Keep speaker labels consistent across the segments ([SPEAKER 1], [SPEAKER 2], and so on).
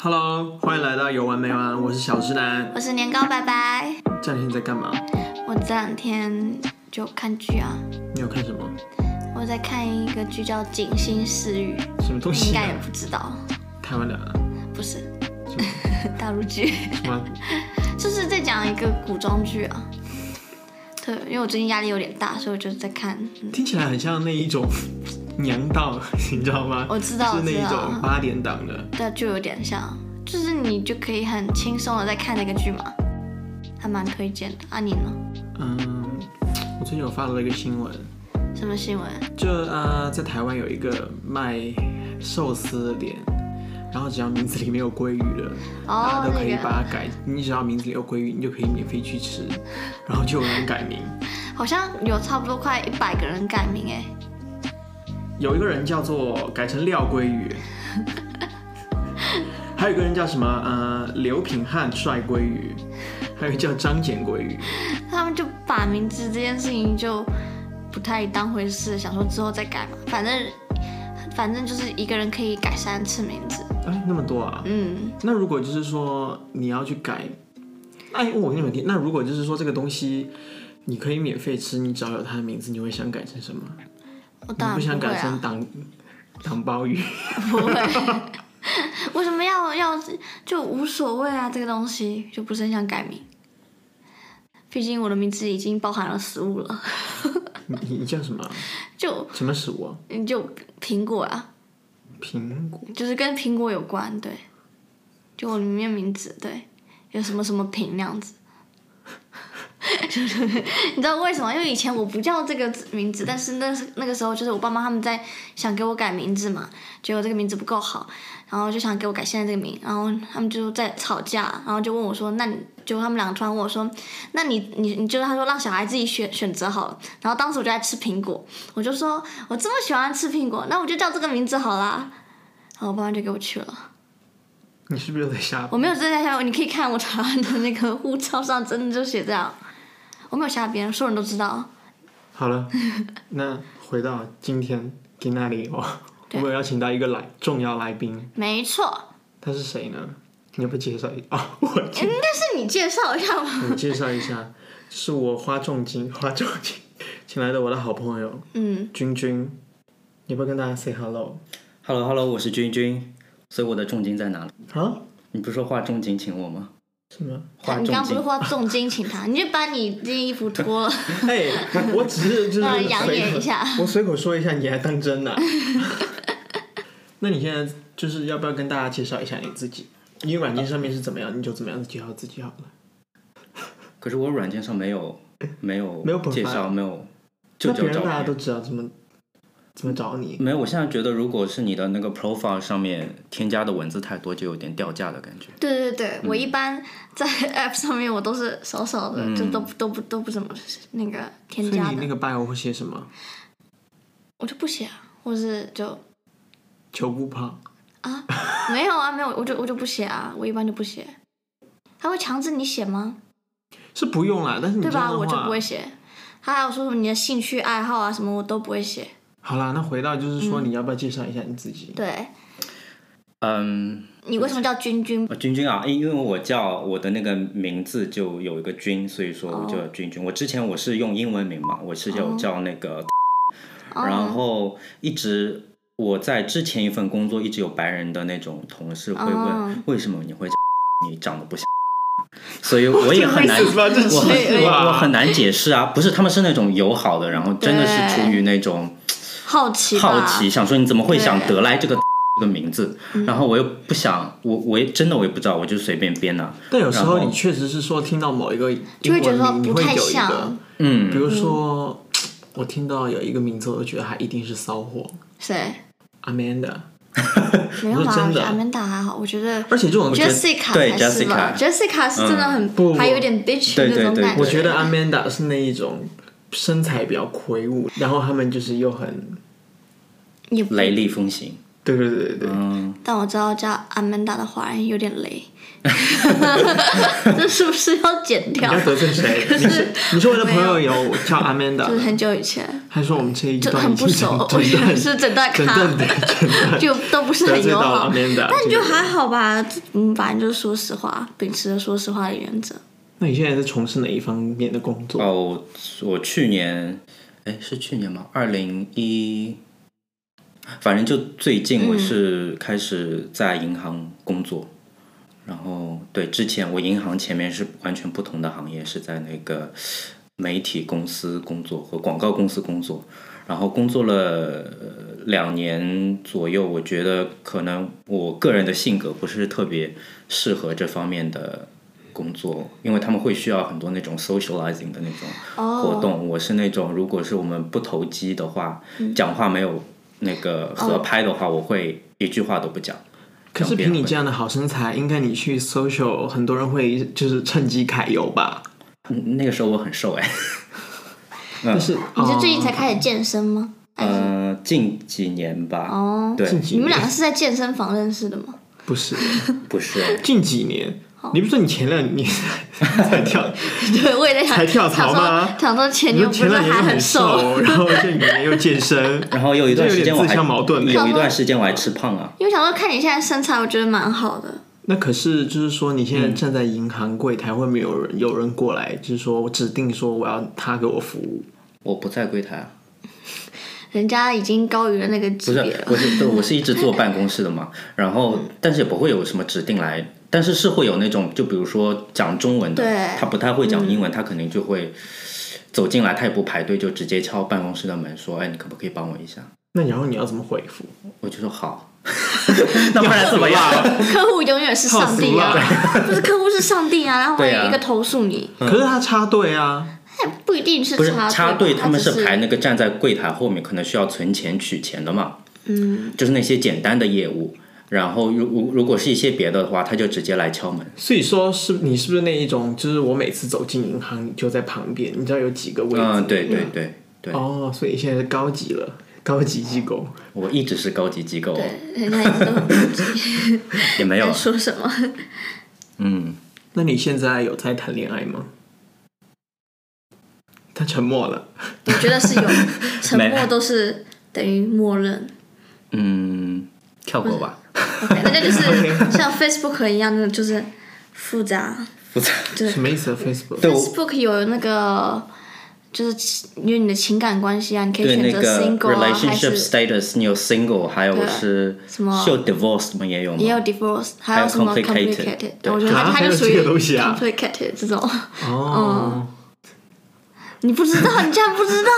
[SPEAKER 1] Hello，欢迎来到有完没完，我是小直男。
[SPEAKER 2] 我是年糕拜拜。
[SPEAKER 1] 这两天你在干嘛？
[SPEAKER 2] 我这两天就看剧啊，
[SPEAKER 1] 你有看什么？
[SPEAKER 2] 我在看一个剧叫《景星私语》，
[SPEAKER 1] 什么东
[SPEAKER 2] 你应
[SPEAKER 1] 西、
[SPEAKER 2] 该也不
[SPEAKER 1] 啊？
[SPEAKER 2] 知道，
[SPEAKER 1] 台湾的、啊？
[SPEAKER 2] 不是
[SPEAKER 1] 什么
[SPEAKER 2] 大陆剧，
[SPEAKER 1] 什么？
[SPEAKER 2] 就是在讲一个古装剧啊。对，因为我最近压力有点大，所以我就在看。嗯
[SPEAKER 1] 听起来很像那一种 娘道， 你知道吗？
[SPEAKER 2] 我知道，
[SPEAKER 1] 是
[SPEAKER 2] 我
[SPEAKER 1] 那
[SPEAKER 2] 知
[SPEAKER 1] 一种
[SPEAKER 2] 道，
[SPEAKER 1] 八点档的。
[SPEAKER 2] 对，就有点像，就是你就可以很轻松的在看那个剧嘛，还蛮推荐的。啊，你呢？
[SPEAKER 1] 嗯，我最近有发了一个新闻，
[SPEAKER 2] 什么新闻？
[SPEAKER 1] 就呃，在台湾有一个卖寿司的店，然后只要名字里面有鲑鱼的，大家，
[SPEAKER 2] 哦
[SPEAKER 1] 都可以
[SPEAKER 2] 那个
[SPEAKER 1] 把它改，你只要名字里有鲑鱼，你就可以免费去吃，然后就有人改名。
[SPEAKER 2] 好像有差不多快一百个人改名哎、
[SPEAKER 1] 有一个人叫做改成廖鲑 鱼，还有一个人叫什么呃刘品汉帅鲑鱼，还有一个叫张简鲑鱼。
[SPEAKER 2] 他们就把名字这件事情就不太当回事，想说之后再改嘛，反正反正就是一个人可以改三次名字。
[SPEAKER 1] 哎，那么多啊！
[SPEAKER 2] 嗯，
[SPEAKER 1] 那如果就是说你要去改，哎，我问你们题，那如果就是说这个东西你可以免费吃，你只要有它的名字，你会想改成什么？
[SPEAKER 2] 我
[SPEAKER 1] 你
[SPEAKER 2] 当然
[SPEAKER 1] 不想
[SPEAKER 2] 会
[SPEAKER 1] 改成
[SPEAKER 2] 啊，
[SPEAKER 1] 党党鲍鱼？
[SPEAKER 2] 不会。为什么要要就无所谓啊？这个东西就不是很想改名，啊毕竟我的名字已经包含了食物了，
[SPEAKER 1] 你你你叫什么啊？
[SPEAKER 2] 就
[SPEAKER 1] 什么食物啊？
[SPEAKER 2] 就苹果啊，
[SPEAKER 1] 苹果？
[SPEAKER 2] 就是跟苹果有关，对，就我里面名字对，有什么什么品那样子。 就是你知道为什么？因为以前我不叫这个名字，但是那时那个时候就是我爸妈他们在想给我改名字嘛，结果这个名字不够好，然后就想给我改现在这个名，然后他们就在吵架，然后就问我说：“那你就他们两个突然问我说：‘那你你你就是他说让小孩自己选选择好了。’然后当时我就在吃苹果，我就说我这么喜欢吃苹果，那我就叫这个名字好啦。然后我爸妈就给我去了。
[SPEAKER 1] 你是不是又在瞎？
[SPEAKER 2] 我没有真的瞎，你可以看我台湾的那个护照上真的就写这样，我没有瞎编，所有人都知道。
[SPEAKER 1] 好 了，那回到今天给那里哦，我
[SPEAKER 2] 对
[SPEAKER 1] 们有邀请到一个来重要来宾，
[SPEAKER 2] 没错，
[SPEAKER 1] 他是谁呢？你要不介绍一 啊、我
[SPEAKER 2] 应该是你介绍一下吧。
[SPEAKER 1] 你介绍一下，是我花重金 花重金请来的我的好朋友
[SPEAKER 2] 嗯，
[SPEAKER 1] 君君，你要不要跟大家 say hello
[SPEAKER 3] Hello Hello，我是君君，所以我的重金在哪里？
[SPEAKER 1] 啊？
[SPEAKER 3] 你不是说花重金请我吗？
[SPEAKER 1] 什么？
[SPEAKER 3] 花
[SPEAKER 2] 你
[SPEAKER 3] 重
[SPEAKER 2] 刚不
[SPEAKER 3] 金
[SPEAKER 2] 是，花重金请他，你就把你这件衣服脱了，
[SPEAKER 1] 哎、我只是就是
[SPEAKER 2] 让人哦养
[SPEAKER 1] 随
[SPEAKER 2] 眼
[SPEAKER 1] 口
[SPEAKER 2] 一下。
[SPEAKER 1] 我随口说一下，你还当真呢、啊 那你现在就是要不要跟大家介绍一下你自己？你软件上面是怎么样，你就怎么样介绍自己好了。
[SPEAKER 3] 可是我软件上没有没有
[SPEAKER 1] 没有 profile
[SPEAKER 3] 介绍，没有就
[SPEAKER 1] 那
[SPEAKER 3] 只
[SPEAKER 1] 别人
[SPEAKER 3] 有照
[SPEAKER 1] 大家都
[SPEAKER 3] 片。
[SPEAKER 1] 知道怎么怎么找你。
[SPEAKER 3] 没有，我现在觉得如果是你的那个 profile 上面添加的文字太多，就有点掉价的感觉。
[SPEAKER 2] 对对对，
[SPEAKER 1] 嗯
[SPEAKER 2] 我一般在 App 上面我都是少少的，就都不都不都不怎么那个嗯添
[SPEAKER 1] 嗯所以
[SPEAKER 2] 加
[SPEAKER 1] 你那
[SPEAKER 2] 的，
[SPEAKER 1] 个 bio 会写什么？
[SPEAKER 2] 我就不写啊，或是就
[SPEAKER 1] 球不胖，
[SPEAKER 2] 啊，没有啊，没有，我就我就不写啊，我一般就不写。他会强制你写吗？
[SPEAKER 1] 是不用啦，但是你
[SPEAKER 2] 对
[SPEAKER 1] 这
[SPEAKER 2] 吧？
[SPEAKER 1] 样的
[SPEAKER 2] 我就
[SPEAKER 1] 话
[SPEAKER 2] 不，会写。他还有说什么你的兴趣爱好啊什么，我都不会写。
[SPEAKER 1] 好啦，那回到就是说，你要不要介绍一下你自己？
[SPEAKER 2] 嗯对
[SPEAKER 3] 嗯，
[SPEAKER 2] 你为什么叫君君？
[SPEAKER 3] 呃君君啊，因因为我叫我的那个名字就有一个君，所以说
[SPEAKER 2] 哦
[SPEAKER 3] 我就叫君君。我之前我是用英文名嘛，我是有叫那个然
[SPEAKER 2] 哦，
[SPEAKER 3] 后一直我在之前一份工作一直有白人的那种同事会
[SPEAKER 2] 哦
[SPEAKER 3] 问为什么你会这样你长得不像，所以我也很难。
[SPEAKER 1] 这
[SPEAKER 3] 我
[SPEAKER 1] 这歧
[SPEAKER 2] 所以
[SPEAKER 1] 视
[SPEAKER 3] 很
[SPEAKER 1] 吧？
[SPEAKER 3] 我很难解释啊，不是他们是那种友好的，然后真的是出于那种
[SPEAKER 2] 好奇吧
[SPEAKER 3] 好奇，想说你怎么会想
[SPEAKER 2] 对嗯
[SPEAKER 3] 得来这个 这个名字，然后我又不想，我我也真的我也不知道，我就随便编的、
[SPEAKER 1] 但有时候
[SPEAKER 3] 然后
[SPEAKER 1] 你确实是说听到某一个
[SPEAKER 2] 就
[SPEAKER 1] 英
[SPEAKER 2] 会觉得
[SPEAKER 1] 文
[SPEAKER 2] 说
[SPEAKER 1] 名，你
[SPEAKER 2] 不
[SPEAKER 1] 会
[SPEAKER 2] 太
[SPEAKER 1] 有一个
[SPEAKER 2] 像，
[SPEAKER 3] 嗯
[SPEAKER 1] 比，如说，我听到有一个名字，我就觉得他一定是骚货
[SPEAKER 2] 谁？
[SPEAKER 1] ，Amanda。
[SPEAKER 2] 没有
[SPEAKER 1] 我
[SPEAKER 2] 吧？
[SPEAKER 1] 说真
[SPEAKER 2] 我
[SPEAKER 1] 的
[SPEAKER 2] 觉得阿曼达还好，我觉得
[SPEAKER 1] 而且这种人，
[SPEAKER 2] Jessica
[SPEAKER 3] 对
[SPEAKER 2] 才是吧
[SPEAKER 3] Jessica
[SPEAKER 2] ？Jessica 是真的很
[SPEAKER 1] 嗯不
[SPEAKER 2] 还有点 bitch
[SPEAKER 3] 对
[SPEAKER 2] 那种
[SPEAKER 3] 对对
[SPEAKER 2] 感
[SPEAKER 1] 我觉得 Amanda 是那一种身材比较魁梧，然后他们就是又很
[SPEAKER 2] 也不
[SPEAKER 3] 雷厉风行，
[SPEAKER 1] 对对对对对，
[SPEAKER 2] 嗯但我知道叫阿曼达的华人有点雷， 这是不是要剪
[SPEAKER 1] 你
[SPEAKER 2] 掉？
[SPEAKER 1] 要得罪谁？你 是你是我的朋友有叫 Amanda，
[SPEAKER 2] 就是很久以前，
[SPEAKER 1] 还说我们这一
[SPEAKER 2] 就
[SPEAKER 1] 段
[SPEAKER 2] 很不熟， 我觉得 是整段
[SPEAKER 1] 整
[SPEAKER 2] 卡，
[SPEAKER 1] 段对整段
[SPEAKER 2] 就都不是
[SPEAKER 1] 得
[SPEAKER 2] 很
[SPEAKER 1] 罪
[SPEAKER 2] 友
[SPEAKER 1] 到了
[SPEAKER 2] 好。
[SPEAKER 1] Amanda，
[SPEAKER 2] 但
[SPEAKER 1] 这
[SPEAKER 2] 就
[SPEAKER 1] 个人
[SPEAKER 2] 还好吧，嗯，反正就是说实话，秉持着说实话的原则。
[SPEAKER 1] 那你现在是从事哪一方面的工作？
[SPEAKER 3] 哦，我去年，哎，是去年吗？二零一，反正就最近我是开始在银行工作，然后对，之前我银行前面是完全不同的行业，是在那个媒体公司工作和广告公司工作，然后工作了呃两年左右，我觉得可能我个人的性格不是特别适合这方面的工作，因为他们会需要很多那种 socializing 的那种活动。我是那种，如果是我们不投机的话，讲话没有那个
[SPEAKER 2] 哦
[SPEAKER 3] 合拍的话，我会一句话都不讲。
[SPEAKER 1] 可是凭你这样的好身材，应该你去 social，很多人会就是趁机揩油吧？
[SPEAKER 3] 嗯那个时候我很瘦哎，
[SPEAKER 1] 但是
[SPEAKER 2] 你是最近
[SPEAKER 1] 哦
[SPEAKER 2] 才开始健身吗？还是
[SPEAKER 3] 嗯、近几年吧，
[SPEAKER 2] 哦，
[SPEAKER 3] 对，
[SPEAKER 1] 近几
[SPEAKER 2] 你们
[SPEAKER 1] 年
[SPEAKER 2] 两个是在健身房认识的 吗？
[SPEAKER 1] 不是
[SPEAKER 3] 不是，
[SPEAKER 1] 近几 年？
[SPEAKER 2] 哦
[SPEAKER 1] 你不是说你前两年 才跳，
[SPEAKER 2] 对，我也在想，
[SPEAKER 1] 才跳槽吗
[SPEAKER 2] 想说想说前
[SPEAKER 1] 你
[SPEAKER 2] 年
[SPEAKER 1] 说前
[SPEAKER 2] 不是
[SPEAKER 1] 两年
[SPEAKER 2] 还
[SPEAKER 1] 就很
[SPEAKER 2] 瘦，
[SPEAKER 1] 瘦，然后这几年又健身，
[SPEAKER 3] 然后有一段时
[SPEAKER 1] 这
[SPEAKER 3] 间
[SPEAKER 1] 有
[SPEAKER 3] 我
[SPEAKER 1] 点
[SPEAKER 3] 还
[SPEAKER 1] 自相矛盾的。
[SPEAKER 3] 有一段时间我还吃胖啊，
[SPEAKER 2] 因为想说看你现在身材，我觉得蛮好的。
[SPEAKER 1] 那可是就是说，你现在站在银行柜台，会没有人有人过来，就是说我指定说我要他给我服务。
[SPEAKER 3] 我不在柜台啊。
[SPEAKER 2] 人家已经高于了那个
[SPEAKER 3] 不
[SPEAKER 2] 级
[SPEAKER 3] 是
[SPEAKER 2] 别了，，
[SPEAKER 3] 我是对，我是一直坐办公室的嘛，然后但是也不会有什么指定来，但是是会有那种，就比如说讲中文的
[SPEAKER 2] 对，嗯
[SPEAKER 3] 他不太会讲英文，他肯定就会走进来，他也不排队，就直接敲办公室的门说，哎，你可不可以帮我一下？
[SPEAKER 1] 那然后你要怎么回复？
[SPEAKER 3] 我就说好， 那不然怎 么样？
[SPEAKER 2] 客户永远是上帝啊，不是客户是上帝啊，然后万
[SPEAKER 3] 对啊
[SPEAKER 2] 一一个投诉你，
[SPEAKER 1] 可是他插队啊，
[SPEAKER 2] 那也不一定是
[SPEAKER 3] 不是
[SPEAKER 2] 吧
[SPEAKER 3] 插队，他们
[SPEAKER 2] 只是
[SPEAKER 3] 是排那个站在柜台后面，可能需要存钱取钱的嘛，
[SPEAKER 2] 嗯，
[SPEAKER 3] 就是那些简单的业务。然后如如如果是一些别的话，他就直接来敲门。
[SPEAKER 1] 所以说是你是不是那一种？就是我每次走进银行，你就在旁边，你知道有几个位置？
[SPEAKER 3] 嗯，对对对对，
[SPEAKER 1] 哦，所以现在是高级了， 高级机构。
[SPEAKER 3] 我一直是高级机构哦，
[SPEAKER 2] 对，人家一直都很不 急，
[SPEAKER 3] 也没有
[SPEAKER 2] 在，说什么？
[SPEAKER 3] 嗯。
[SPEAKER 1] 那你现在有在谈恋爱吗？他沉默了。
[SPEAKER 2] 我觉得是有沉
[SPEAKER 3] 没
[SPEAKER 2] 默都是等于默认。
[SPEAKER 3] 嗯，跳过吧。
[SPEAKER 2] OK，那就是像 Facebook 一样，那种就是复杂。
[SPEAKER 3] 不在
[SPEAKER 2] 对
[SPEAKER 1] 什么意思啊？Facebook？
[SPEAKER 3] 对我
[SPEAKER 2] Facebook 有那个就是情有你的情感关系啊，你可以
[SPEAKER 3] 对
[SPEAKER 2] 选
[SPEAKER 3] 那
[SPEAKER 2] 择
[SPEAKER 3] 个
[SPEAKER 2] single 啊，还
[SPEAKER 3] relationship
[SPEAKER 2] 是
[SPEAKER 3] status，你有 single，还有
[SPEAKER 2] 对
[SPEAKER 3] 是
[SPEAKER 2] 什么
[SPEAKER 3] 秀 divorce 吗？也有
[SPEAKER 2] 也有
[SPEAKER 3] 吗？
[SPEAKER 2] divorce，还有
[SPEAKER 3] 有
[SPEAKER 2] 什么
[SPEAKER 3] complicated，
[SPEAKER 2] complicated？
[SPEAKER 3] 对
[SPEAKER 2] 我觉得
[SPEAKER 1] 啊
[SPEAKER 2] 它
[SPEAKER 1] 还有
[SPEAKER 2] 就属于
[SPEAKER 1] 这个东西啊
[SPEAKER 2] complicated 这种。
[SPEAKER 1] 哦，
[SPEAKER 2] 你不知道，你竟然不知道？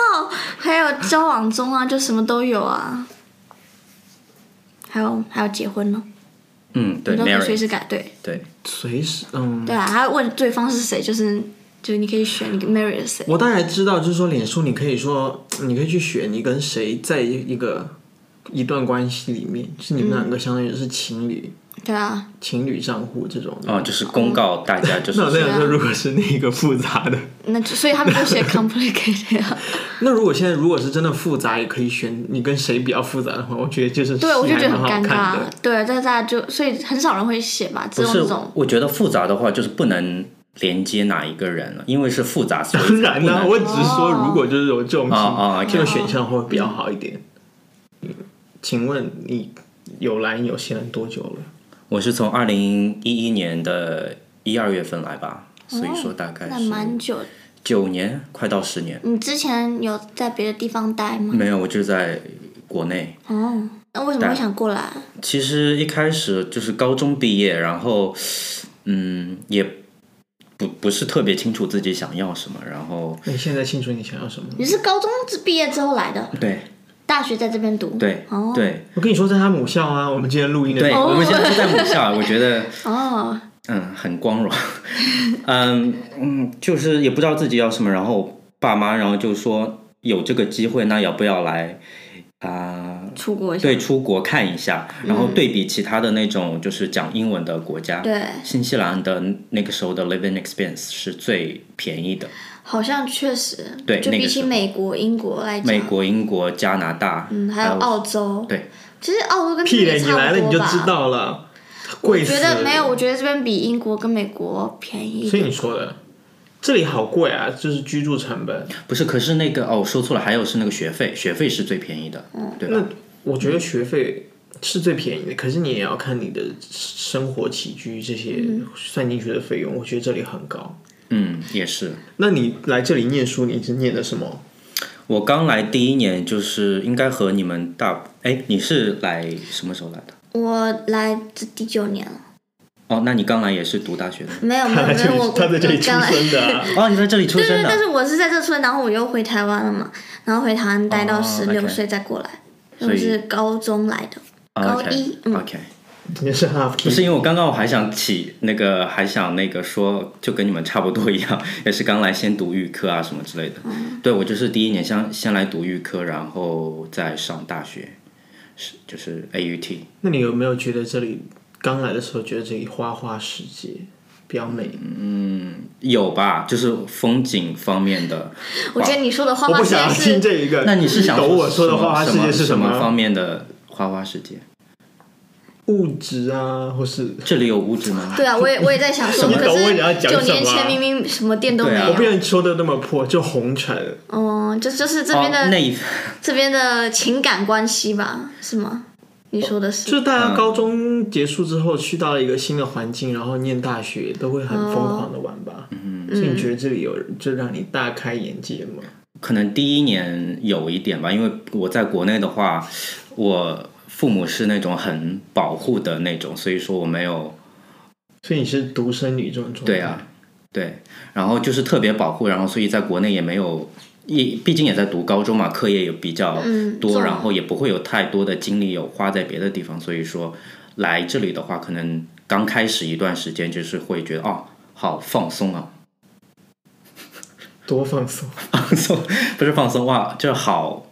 [SPEAKER 2] 还有交往中啊，就什么都有啊。还有还有结婚呢，哦
[SPEAKER 3] 嗯，对
[SPEAKER 2] 你都可以随
[SPEAKER 3] ，marriage，
[SPEAKER 2] 时改对
[SPEAKER 3] 对，
[SPEAKER 1] 随时嗯。
[SPEAKER 2] 对啊，还要问对方是谁，就是就是你可以选你 marry 了谁。
[SPEAKER 1] 我大概知道，就是说，脸书你可以说，你可以去选你跟谁在一个一段关系里面，就是你们两个相当于是情侣、
[SPEAKER 2] 对啊，
[SPEAKER 1] 情侣账户这种。
[SPEAKER 3] 哦，就是公告 大家就是
[SPEAKER 1] 那我在
[SPEAKER 3] 说
[SPEAKER 1] 想说，如果是那个复杂的，
[SPEAKER 2] 那就所以他们就写 complicated 啊。
[SPEAKER 1] 那如果现在如果是真的复杂，也可以选你跟谁比较复杂的话，我觉得就是
[SPEAKER 2] 对，我就
[SPEAKER 1] 还
[SPEAKER 2] 觉
[SPEAKER 1] 蛮
[SPEAKER 2] 得很
[SPEAKER 1] 好
[SPEAKER 2] 尴
[SPEAKER 1] 看
[SPEAKER 2] 尬啊
[SPEAKER 1] 的。。
[SPEAKER 2] 对，但是大家就所以很少人会写吧，只
[SPEAKER 3] 不
[SPEAKER 2] 有
[SPEAKER 3] 是
[SPEAKER 2] 那种。
[SPEAKER 3] 我觉得复杂的话就是不能连接哪一个人了，因为是复杂，所
[SPEAKER 1] 当
[SPEAKER 3] 以
[SPEAKER 1] 然
[SPEAKER 3] 不
[SPEAKER 1] 啦、
[SPEAKER 3] 能
[SPEAKER 1] 我只是说，如果就是有这种情、
[SPEAKER 3] 哦哦
[SPEAKER 1] 这个选项会比较好一点。嗯请问你有来有线多久了？
[SPEAKER 3] 我是从二零一一年的一二月份来吧，所以说大概
[SPEAKER 2] 哦那
[SPEAKER 3] 是
[SPEAKER 2] 蛮久的，
[SPEAKER 3] 九年，快到十年。
[SPEAKER 2] 你之前有在别的地方待吗？
[SPEAKER 3] 没有，我就在国内。
[SPEAKER 2] 哦，那为什么会想过来？
[SPEAKER 3] 其实一开始就是高中毕业，然后嗯，也不不是特别清楚自己想要什么，然后
[SPEAKER 1] 那你现在清楚你想要什么吗？
[SPEAKER 2] 你是高中毕业之后来的，
[SPEAKER 3] 对
[SPEAKER 2] 大学在这边读。
[SPEAKER 3] 对、
[SPEAKER 2] 哦
[SPEAKER 3] 对
[SPEAKER 1] 我跟你说，在他母校啊，我们今天录音的
[SPEAKER 3] 对，
[SPEAKER 1] 地方
[SPEAKER 3] 我们现在在母校，我觉得
[SPEAKER 2] 哦，
[SPEAKER 3] 嗯很光荣， 嗯嗯，就是也不知道自己要什么，然后爸妈然后就说有这个机会，那要不要来啊、
[SPEAKER 2] 出国一下。
[SPEAKER 3] 对，出国看一下，然后对比其他的那种就是讲英文的国家，
[SPEAKER 2] 嗯对
[SPEAKER 3] 新西兰的那个时候的 living expense 是最便宜的，
[SPEAKER 2] 好像确实，
[SPEAKER 3] 对
[SPEAKER 2] 就
[SPEAKER 3] 那
[SPEAKER 2] 比
[SPEAKER 3] 个
[SPEAKER 2] 起
[SPEAKER 3] 时候
[SPEAKER 2] 美国、英国来讲，
[SPEAKER 3] 美国、英国、加拿大，
[SPEAKER 2] 嗯嗯，还有澳洲，
[SPEAKER 3] 对，
[SPEAKER 2] 其实澳洲跟这
[SPEAKER 1] 屁
[SPEAKER 2] 里
[SPEAKER 1] 嘞！
[SPEAKER 2] 差
[SPEAKER 1] 你
[SPEAKER 2] 不
[SPEAKER 1] 来了你就
[SPEAKER 2] 多吧
[SPEAKER 1] 知道了，
[SPEAKER 2] 我
[SPEAKER 1] 贵死
[SPEAKER 2] 觉
[SPEAKER 1] 了。
[SPEAKER 2] 得没有，我觉得这边比英国跟美国便宜一
[SPEAKER 1] 所以
[SPEAKER 2] 点。
[SPEAKER 1] 你说的，这里好贵啊，就是居住成本。
[SPEAKER 3] 不是，可是那个哦，我说错了，还有是那个学费，学费是最便宜的，
[SPEAKER 2] 嗯
[SPEAKER 3] 对吧？
[SPEAKER 1] 我觉得学费是最便宜的，可是你也要看你的生活起居这些
[SPEAKER 2] 嗯
[SPEAKER 1] 算进去的费用，我觉得这里很高。
[SPEAKER 3] 嗯，也是。
[SPEAKER 1] 那你来这里念书，你是念的什
[SPEAKER 2] 哦
[SPEAKER 1] 么？
[SPEAKER 3] 我刚来第一年就是应该和你们大，哎，你是来什么时候来的？
[SPEAKER 2] 我来这第九年了，
[SPEAKER 3] 哦，那你刚来也是读大学的？
[SPEAKER 2] 没 有没
[SPEAKER 1] 他在
[SPEAKER 2] 有没
[SPEAKER 1] 这
[SPEAKER 2] 有，我
[SPEAKER 1] 里，他在这里
[SPEAKER 2] 我
[SPEAKER 1] 出
[SPEAKER 2] 刚来。
[SPEAKER 1] 生的啊、
[SPEAKER 3] 哦，你在这里出
[SPEAKER 2] 对对，
[SPEAKER 3] 生
[SPEAKER 2] 但
[SPEAKER 3] 的，
[SPEAKER 2] 是我是在这出生，然后我又回台湾了嘛，然后回台湾待到
[SPEAKER 3] 哦
[SPEAKER 2] 十六
[SPEAKER 3] OK
[SPEAKER 2] 岁再过来，
[SPEAKER 3] 所
[SPEAKER 2] 我
[SPEAKER 3] 以
[SPEAKER 2] 是高中来的。高一
[SPEAKER 3] OK
[SPEAKER 2] 嗯
[SPEAKER 3] OK。
[SPEAKER 1] 你是 half
[SPEAKER 3] 不
[SPEAKER 1] kid，
[SPEAKER 3] 是因为我刚刚我还想起那个，还想那个说，就跟你们差不多一样，也是刚来先读预科啊什么之类的。对我就是第一年先先来读预科，然后再上大学，是就是 AUT。
[SPEAKER 1] 那你有没有觉得这里刚来的时候觉得这里花花世界比较美？
[SPEAKER 2] 嗯
[SPEAKER 3] 有吧，就是风景方面的。
[SPEAKER 2] 我觉得你说的花
[SPEAKER 1] 我
[SPEAKER 2] 花
[SPEAKER 1] 不
[SPEAKER 2] 世
[SPEAKER 1] 想要
[SPEAKER 2] 界
[SPEAKER 1] 听
[SPEAKER 2] 是，
[SPEAKER 1] 这一个。
[SPEAKER 3] 那你是想
[SPEAKER 1] 懂我说的
[SPEAKER 3] 什么
[SPEAKER 1] 花花世界是
[SPEAKER 3] 什
[SPEAKER 1] 么？
[SPEAKER 3] 么方面的花花世界？
[SPEAKER 1] 物质啊，或是
[SPEAKER 3] 这里有物质吗？
[SPEAKER 2] 对啊，我也我也在 想说，
[SPEAKER 1] 你
[SPEAKER 2] 可
[SPEAKER 1] 懂我想要
[SPEAKER 2] 是
[SPEAKER 1] 讲
[SPEAKER 2] 九
[SPEAKER 1] 什
[SPEAKER 2] 年
[SPEAKER 1] 么啊
[SPEAKER 2] 前明明什么店都没
[SPEAKER 3] 对啊
[SPEAKER 1] 我不
[SPEAKER 2] 有，
[SPEAKER 1] 愿意说的那么破，就红尘。
[SPEAKER 2] 嗯，就就是这边
[SPEAKER 3] 哦，
[SPEAKER 2] 的
[SPEAKER 3] 那一
[SPEAKER 2] 这边的情感关系吧，是吗？你说的是
[SPEAKER 1] 就是大家高中结束之后去到了一个新的环境，然后念大学都会很疯狂的玩吧。嗯，所以你觉得这里有就让你大开眼界吗？
[SPEAKER 3] 可能第一年有一点吧，因为我在国内的话，我父母是那种很保护的那种，所以说我没有
[SPEAKER 1] 所以你是独生女这种
[SPEAKER 2] 嗯
[SPEAKER 1] 状态。
[SPEAKER 3] 对啊，对，然后就是特别保护，然后所以在国内也没有。也毕竟也在读高中嘛，课业也比较
[SPEAKER 2] 嗯
[SPEAKER 3] 多，
[SPEAKER 2] 重
[SPEAKER 3] 然后也不会有太多的精力有花在别的地方，所以说来这里的话，可能刚开始一段时间就是会觉得哦，好放松啊，
[SPEAKER 1] 多放松，
[SPEAKER 3] 放松不是放松哇，就是好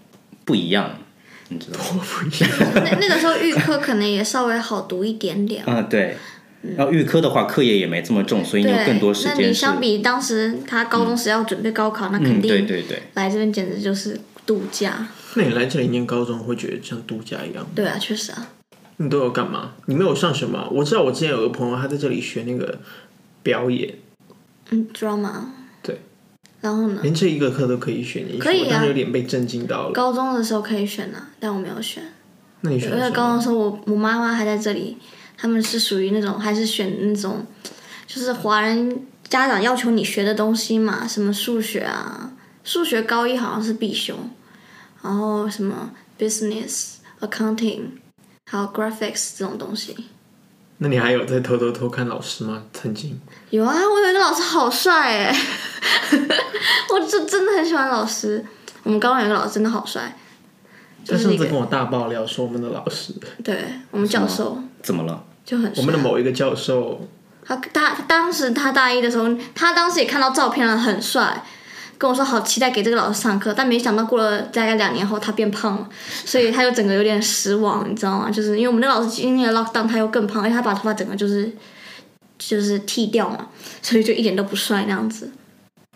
[SPEAKER 3] 不一样，你知道吗？
[SPEAKER 1] 多不一
[SPEAKER 3] ，
[SPEAKER 1] 样。
[SPEAKER 2] 那那个时候预科可能也稍微好读一点点
[SPEAKER 3] 啊，对。然后预科的话，课业也没这么重，所以你有更多时
[SPEAKER 2] 嗯那
[SPEAKER 3] 间
[SPEAKER 2] 你
[SPEAKER 3] 是，
[SPEAKER 2] 相比当时他高中时要准备高考，那
[SPEAKER 3] 嗯，
[SPEAKER 2] 肯
[SPEAKER 3] 对
[SPEAKER 2] 定
[SPEAKER 3] 对对，
[SPEAKER 2] 来这边简直就是度假。
[SPEAKER 1] 那你来这里念高中会觉得像度假一样吗？
[SPEAKER 2] 对啊，确实啊，
[SPEAKER 1] 你都有干嘛？你没有上什么？我知道我之前有个朋友他在这里学那个表演，
[SPEAKER 2] 嗯，drama。
[SPEAKER 1] 对。
[SPEAKER 2] 然后呢？
[SPEAKER 1] 连这一个课都可以选，你
[SPEAKER 2] 可以啊
[SPEAKER 1] 我当时有点被震惊到了。
[SPEAKER 2] 高中的时候可以选啊，但我没有选。
[SPEAKER 1] 那你选
[SPEAKER 2] 因
[SPEAKER 1] 了
[SPEAKER 2] 为
[SPEAKER 1] 什
[SPEAKER 2] 高中
[SPEAKER 1] 么？
[SPEAKER 2] 的时候我我妈妈还在这里，他们是属于那种还是选那种，就是华人家长要求你学的东西嘛，什么数学啊，数学高一好像是必修，然后什么 business、accounting，还有 graphics 这种东西。
[SPEAKER 1] 那你还有在偷偷偷看老师吗？曾经
[SPEAKER 2] 有啊，我有一个老师好帅哎， 我真真的很喜欢老师。我们高中有一个老师真的好帅，
[SPEAKER 1] 他
[SPEAKER 2] 就是
[SPEAKER 1] 上
[SPEAKER 2] 那
[SPEAKER 1] 次
[SPEAKER 2] 个
[SPEAKER 1] 跟我大爆料说我们的老师，
[SPEAKER 2] 对我们教
[SPEAKER 3] 是
[SPEAKER 2] 授
[SPEAKER 3] 嗯怎么了？
[SPEAKER 2] 就很
[SPEAKER 1] 我
[SPEAKER 2] 帅。
[SPEAKER 1] 们的某一个教授，
[SPEAKER 2] 他他当时他大一的时候，他当时也看到照片了，很帅，跟我说好期待给这个老师上课，但没想到过了大概两年后他变胖了，所以他就整个有点失望，你知道吗？就是因为我们那个老师经历了 lockdown，他又更胖，而且他把头发整个就是就是剃掉嘛，所以就一点都不帅那样子，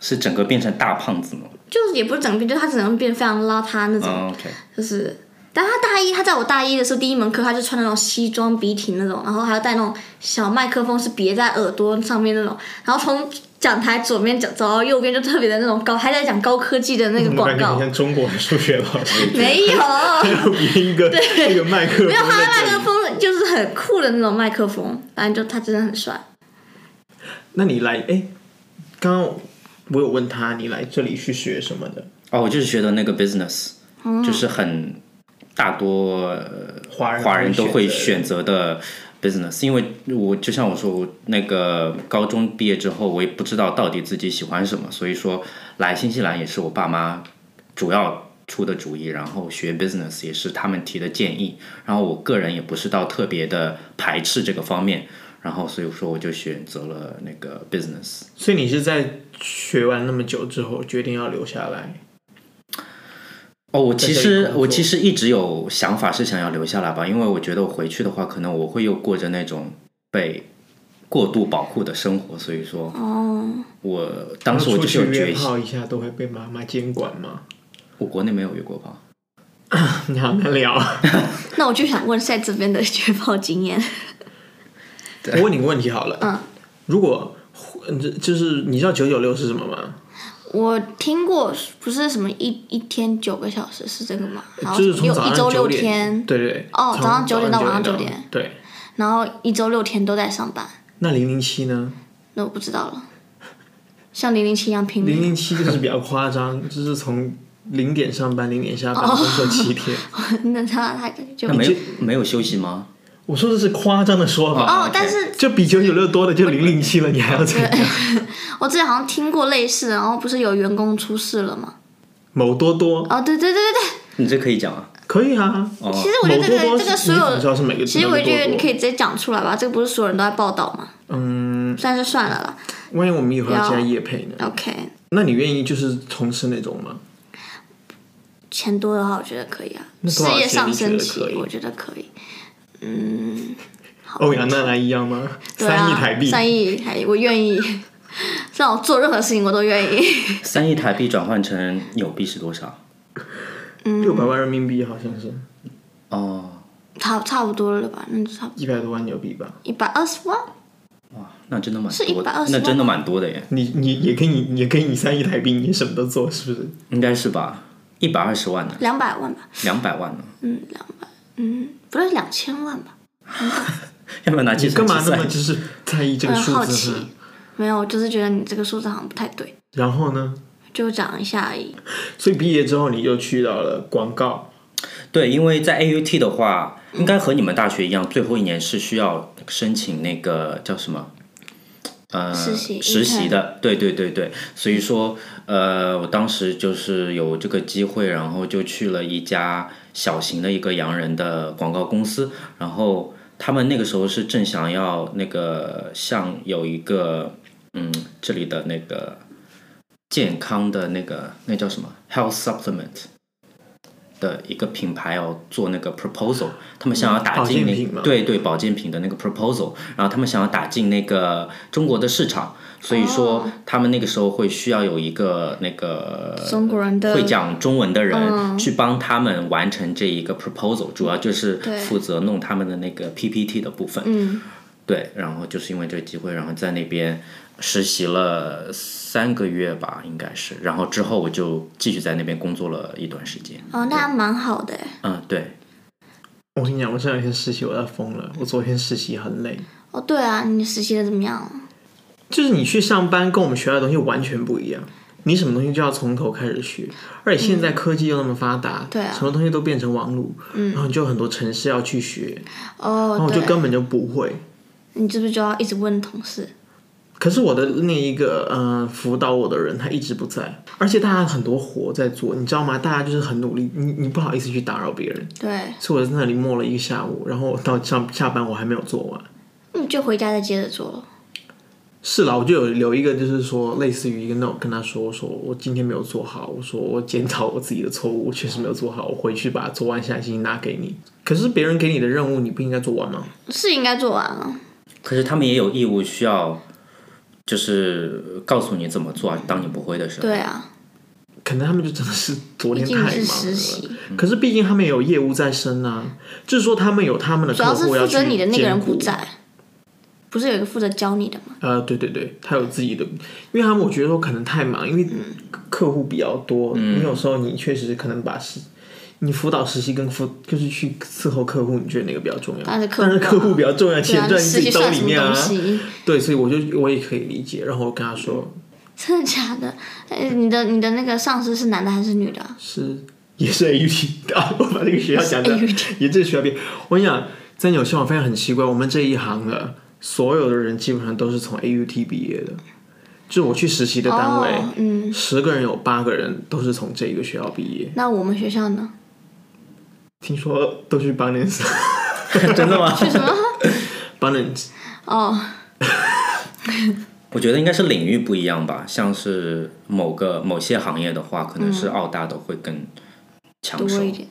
[SPEAKER 3] 是整个变成大胖子吗、
[SPEAKER 2] 就是也不是整变，就是他整个变得非常邋遢那种，
[SPEAKER 1] 哦
[SPEAKER 3] 嗯、？OK，
[SPEAKER 2] 就是，但他大一，他在我大一的时候，第一门课他就穿那种西装笔挺那种，然后还要带那种小麦克风是别在耳朵上面那种，然后从讲台左边讲走到右边就特别的那种高，还在讲高科技的那个
[SPEAKER 1] 我
[SPEAKER 2] 广
[SPEAKER 1] 感觉
[SPEAKER 2] 告
[SPEAKER 1] 很，像中国的数学老师，
[SPEAKER 2] 没有，
[SPEAKER 1] 一个一个麦克风
[SPEAKER 2] 没有，他的麦
[SPEAKER 1] 在这
[SPEAKER 2] 克
[SPEAKER 1] 里。
[SPEAKER 2] 风就是很酷的那种麦克风，反正就他真的很帅。
[SPEAKER 1] 那你来，哎，刚刚我有问他你来这里去学什么的，
[SPEAKER 3] 哦，我就是学的那个 business，、就是
[SPEAKER 2] 哦
[SPEAKER 3] 很大多呃
[SPEAKER 1] 华人
[SPEAKER 3] 华人都会
[SPEAKER 1] 选
[SPEAKER 3] 选择的 business，因为我就像我说，我那个高中毕业之后，我也不知道到底自己喜欢什么，所以说来新西兰也是我爸妈主要出的主意，然后学 business 也是他们提的建议，然后我个人也不是到特别的排斥这个方面，然后所以说我就选择了那个 business。
[SPEAKER 1] 择。所以你是在学完那么久之后决定要留下来？
[SPEAKER 3] 哦，我其
[SPEAKER 1] 在这里
[SPEAKER 3] 实
[SPEAKER 1] 工作
[SPEAKER 3] 我其实一直有想法是想要留下来吧，因为我觉得我回去的话，可能我会又过着那种被过度保护的生活，所以说
[SPEAKER 2] 哦，
[SPEAKER 3] 我当时我
[SPEAKER 1] 哦出
[SPEAKER 3] 就是
[SPEAKER 1] 去
[SPEAKER 3] 有
[SPEAKER 1] 约
[SPEAKER 3] 决心，
[SPEAKER 1] 炮一下都会被妈妈监管吗？
[SPEAKER 3] 我国内没有约过炮，
[SPEAKER 1] 你好难聊。
[SPEAKER 2] 那我就想问在这边的绝跑经验，
[SPEAKER 1] 我问你个问题好了，嗯，如果嗯这就是你知道九九六是什么吗？
[SPEAKER 2] 我听过不是什么一一天九个小时是这个吗？然后
[SPEAKER 1] 就是从
[SPEAKER 2] 六
[SPEAKER 1] 早
[SPEAKER 2] 一
[SPEAKER 1] 上
[SPEAKER 2] 周
[SPEAKER 1] 九
[SPEAKER 2] 六
[SPEAKER 1] 点
[SPEAKER 2] 天，
[SPEAKER 1] 对对对。
[SPEAKER 2] 哦
[SPEAKER 1] 从
[SPEAKER 2] 早上九点到晚上
[SPEAKER 1] 九
[SPEAKER 2] 九点。
[SPEAKER 1] 对，
[SPEAKER 2] 然后一周六天都在上班，
[SPEAKER 1] 那零零七呢？
[SPEAKER 2] 那我不知道了。像零零七一样拼
[SPEAKER 1] 零
[SPEAKER 2] 命，
[SPEAKER 1] 零七就是比较夸张， 就是从零点上班，零点下
[SPEAKER 2] 哦
[SPEAKER 1] 班，工作七天。
[SPEAKER 2] 那他他就
[SPEAKER 3] 那没有没有休息吗？
[SPEAKER 1] 我说的是夸张的说法，
[SPEAKER 2] 哦
[SPEAKER 3] OK，
[SPEAKER 2] 但是
[SPEAKER 1] 就比九九六多的就零零七了，你还要怎样？
[SPEAKER 2] 我之前好像听过类似，然后不是有员工出事了吗？
[SPEAKER 1] 某多多
[SPEAKER 2] 哦，对对对对对，
[SPEAKER 3] 你这可以讲啊。
[SPEAKER 1] 可以啊，
[SPEAKER 3] 哦，
[SPEAKER 2] 其实我觉得这
[SPEAKER 1] 某多多
[SPEAKER 2] 个这个
[SPEAKER 1] 是
[SPEAKER 2] 所
[SPEAKER 1] 你怎么知
[SPEAKER 2] 有，
[SPEAKER 1] 道是每个？
[SPEAKER 2] 其实我
[SPEAKER 1] 每个
[SPEAKER 2] 觉得
[SPEAKER 1] 多
[SPEAKER 2] 你可
[SPEAKER 1] 多
[SPEAKER 2] 以直接讲出来吧，这个不是所有人都在报道嘛，
[SPEAKER 1] 嗯，
[SPEAKER 2] 算是算了啦。
[SPEAKER 1] 万一我们以后要
[SPEAKER 2] 不
[SPEAKER 1] 加
[SPEAKER 2] 要
[SPEAKER 1] 夜配呢？
[SPEAKER 2] OK，
[SPEAKER 1] 那你愿意就是从事那种吗？
[SPEAKER 2] 钱多的话，我觉得可以啊，
[SPEAKER 1] 那
[SPEAKER 2] 事
[SPEAKER 1] 多少
[SPEAKER 2] 业
[SPEAKER 1] 钱
[SPEAKER 2] 上
[SPEAKER 1] 你觉得
[SPEAKER 2] 升
[SPEAKER 1] 可
[SPEAKER 2] 期
[SPEAKER 1] 以，
[SPEAKER 2] 我觉得可以。嗯，
[SPEAKER 1] 欧阳娜娜一样吗？
[SPEAKER 2] 对啊，
[SPEAKER 1] 三亿台币，
[SPEAKER 2] 三亿台币，我愿意。 让我做任何事情我都愿意。
[SPEAKER 3] 三亿台币转换成纽币是多少？
[SPEAKER 1] 六百万人民币好像是
[SPEAKER 3] 哦，
[SPEAKER 2] 差差不多了吧？那就差不多
[SPEAKER 1] 一百多万纽币吧。
[SPEAKER 2] 一百二十万。
[SPEAKER 3] 哇，那真的蛮
[SPEAKER 2] 是
[SPEAKER 3] 多的
[SPEAKER 2] 120，
[SPEAKER 3] 那真的蛮多的耶，
[SPEAKER 1] 你你也给你也给你三亿台币，你什么都做是不是？
[SPEAKER 3] 应该是吧？一百二十万呢，
[SPEAKER 2] 两百万吧，
[SPEAKER 3] 两百万呢，
[SPEAKER 2] 嗯，两百，嗯，不是两千万吧？
[SPEAKER 3] 要不要拿计
[SPEAKER 1] 你干
[SPEAKER 3] 算器
[SPEAKER 1] 嘛那么
[SPEAKER 3] 算？
[SPEAKER 1] 就是在意这
[SPEAKER 2] 我
[SPEAKER 1] 个
[SPEAKER 2] 很
[SPEAKER 1] 数
[SPEAKER 2] 嗯好
[SPEAKER 1] 字
[SPEAKER 2] 奇
[SPEAKER 1] 呢？，
[SPEAKER 2] 没有，我就是觉得你这个数字好像不太对，
[SPEAKER 1] 然后呢？
[SPEAKER 2] 就讲一下而已。
[SPEAKER 1] 所以毕业之后你就去到了广告，
[SPEAKER 3] 对，因为在 AUT 的话，应该和你们大学一样，最后一年是需要申请那个叫什么？呃，
[SPEAKER 2] 实习
[SPEAKER 3] 实习
[SPEAKER 2] intern
[SPEAKER 3] 的，对对对对，所以说，呃，我当时就是有这个机会，然后就去了一家小型的一个洋人的广告公司，然后他们那个时候是正想要那个像有一个，嗯，这里的那个健康的那个那叫什么 health supplement 的一个品牌要做那个 proposal，他们想要打
[SPEAKER 1] 嗯保
[SPEAKER 3] 进
[SPEAKER 1] 健
[SPEAKER 3] 那
[SPEAKER 1] 品吗
[SPEAKER 3] 对对保健品的那个 proposal，然后他们想要打进那个中国的市场，所以说
[SPEAKER 2] 哦
[SPEAKER 3] 他们那个时候会需要有一个那个
[SPEAKER 1] 呃
[SPEAKER 2] 中国人的
[SPEAKER 3] 会讲中文的人
[SPEAKER 2] 嗯
[SPEAKER 3] 去帮他们完成这一个 proposal，主要就是
[SPEAKER 2] 对
[SPEAKER 3] 负责弄他们的那个 PPT 的部分。
[SPEAKER 2] 嗯，
[SPEAKER 3] 对，然后就是因为这个机会，然后在那边实习了三个月吧，应该是，然后之后我就继续在那边工作了一段时间。
[SPEAKER 2] 哦，那还蛮好的欸。
[SPEAKER 3] 嗯，对，
[SPEAKER 1] 我跟你讲，我这两天实习我要疯了，我昨天实习很累。
[SPEAKER 2] 哦，对啊，你实习的怎么样？
[SPEAKER 1] 就是你去上班跟我们学到的东西完全不一样，你什么东西就要从头开始学，而且现在科技又那么发达，
[SPEAKER 2] 对啊嗯
[SPEAKER 1] 什么东西都变成网络，然后你就有很多城市要去学，然后
[SPEAKER 2] 哦，
[SPEAKER 1] 我就
[SPEAKER 2] 对，
[SPEAKER 1] 根本就不会。
[SPEAKER 2] 你是不是就要一直问同事？
[SPEAKER 1] 可是我的那一个嗯、呃辅导我的人他一直不在，而且大家很多活在做，你知道吗？大家就是很努力，你你不好意思去打扰别人，
[SPEAKER 2] 对，
[SPEAKER 1] 所以我在那里默了一个下午，然后到上下班我还没有做完。
[SPEAKER 2] 你就回家再接着做咯。
[SPEAKER 1] 是啦，我就有留一个，就是说类似于一个 note 跟他说，我说我今天没有做好，我说我检讨我自己的错误，我确实没有做好，我回去把它做完下星期拿给你。可是别人给你的任务，你不应该做完吗？
[SPEAKER 2] 是应该做完了。
[SPEAKER 3] 可是他们也有义务需要，就是告诉你怎么做啊，当你不会的时候。
[SPEAKER 2] 对啊，
[SPEAKER 1] 可能他们就真的是昨
[SPEAKER 2] 毕
[SPEAKER 1] 天太
[SPEAKER 2] 竟
[SPEAKER 1] 忙
[SPEAKER 2] 是实习
[SPEAKER 1] 了。，可是毕竟他们也有业务在身啊，就是说他们有他们的
[SPEAKER 2] 主要
[SPEAKER 1] 客
[SPEAKER 2] 是
[SPEAKER 1] 户要
[SPEAKER 2] 负
[SPEAKER 1] 去兼
[SPEAKER 2] 责
[SPEAKER 1] 顾。
[SPEAKER 2] 你的那个人不在，不是有一个负责教你的吗？
[SPEAKER 1] 呃，对对对，他有自己的，因为他们我觉得说可能太忙，因为
[SPEAKER 2] 嗯
[SPEAKER 1] 客户比较多，你有时候你确实可能把实，你辅导实习跟辅就是去伺候客户，你觉得哪个比较重要？
[SPEAKER 2] 当然是客户
[SPEAKER 1] 当然客户比较重要，
[SPEAKER 2] 对
[SPEAKER 1] 钱
[SPEAKER 2] 啊，
[SPEAKER 1] 赚
[SPEAKER 2] 你
[SPEAKER 1] 你自
[SPEAKER 2] 实习
[SPEAKER 1] 己兜
[SPEAKER 2] 算
[SPEAKER 1] 里
[SPEAKER 2] 什么
[SPEAKER 1] 面啊
[SPEAKER 2] 东。西？
[SPEAKER 1] 对，所以我就我也可以理解，然后我跟他说
[SPEAKER 2] 嗯真的假的？哎，你的你的那个上司是男的还是女的啊？
[SPEAKER 1] 是也是 A U T 的，我把这个学校讲的
[SPEAKER 2] AUT
[SPEAKER 1] 也这个学校变。我跟你讲，在纽西兰我发现很奇怪，我们这一行的所有的人基本上都是从 A U T 毕业的，就我去实习的单位。
[SPEAKER 2] 哦，嗯，
[SPEAKER 1] 十个人有八个人都是从这一个学校毕业，
[SPEAKER 2] 那我们学校呢？
[SPEAKER 1] 听说都去 b a n a n c e
[SPEAKER 3] 真的吗？
[SPEAKER 2] 什么？
[SPEAKER 1] b a n a n c e
[SPEAKER 2] 哦，
[SPEAKER 3] 我觉得应该是领域不一样吧，像是某个某些行业的话，可能是澳大的会更抢
[SPEAKER 2] 多
[SPEAKER 3] 手。
[SPEAKER 2] 一点。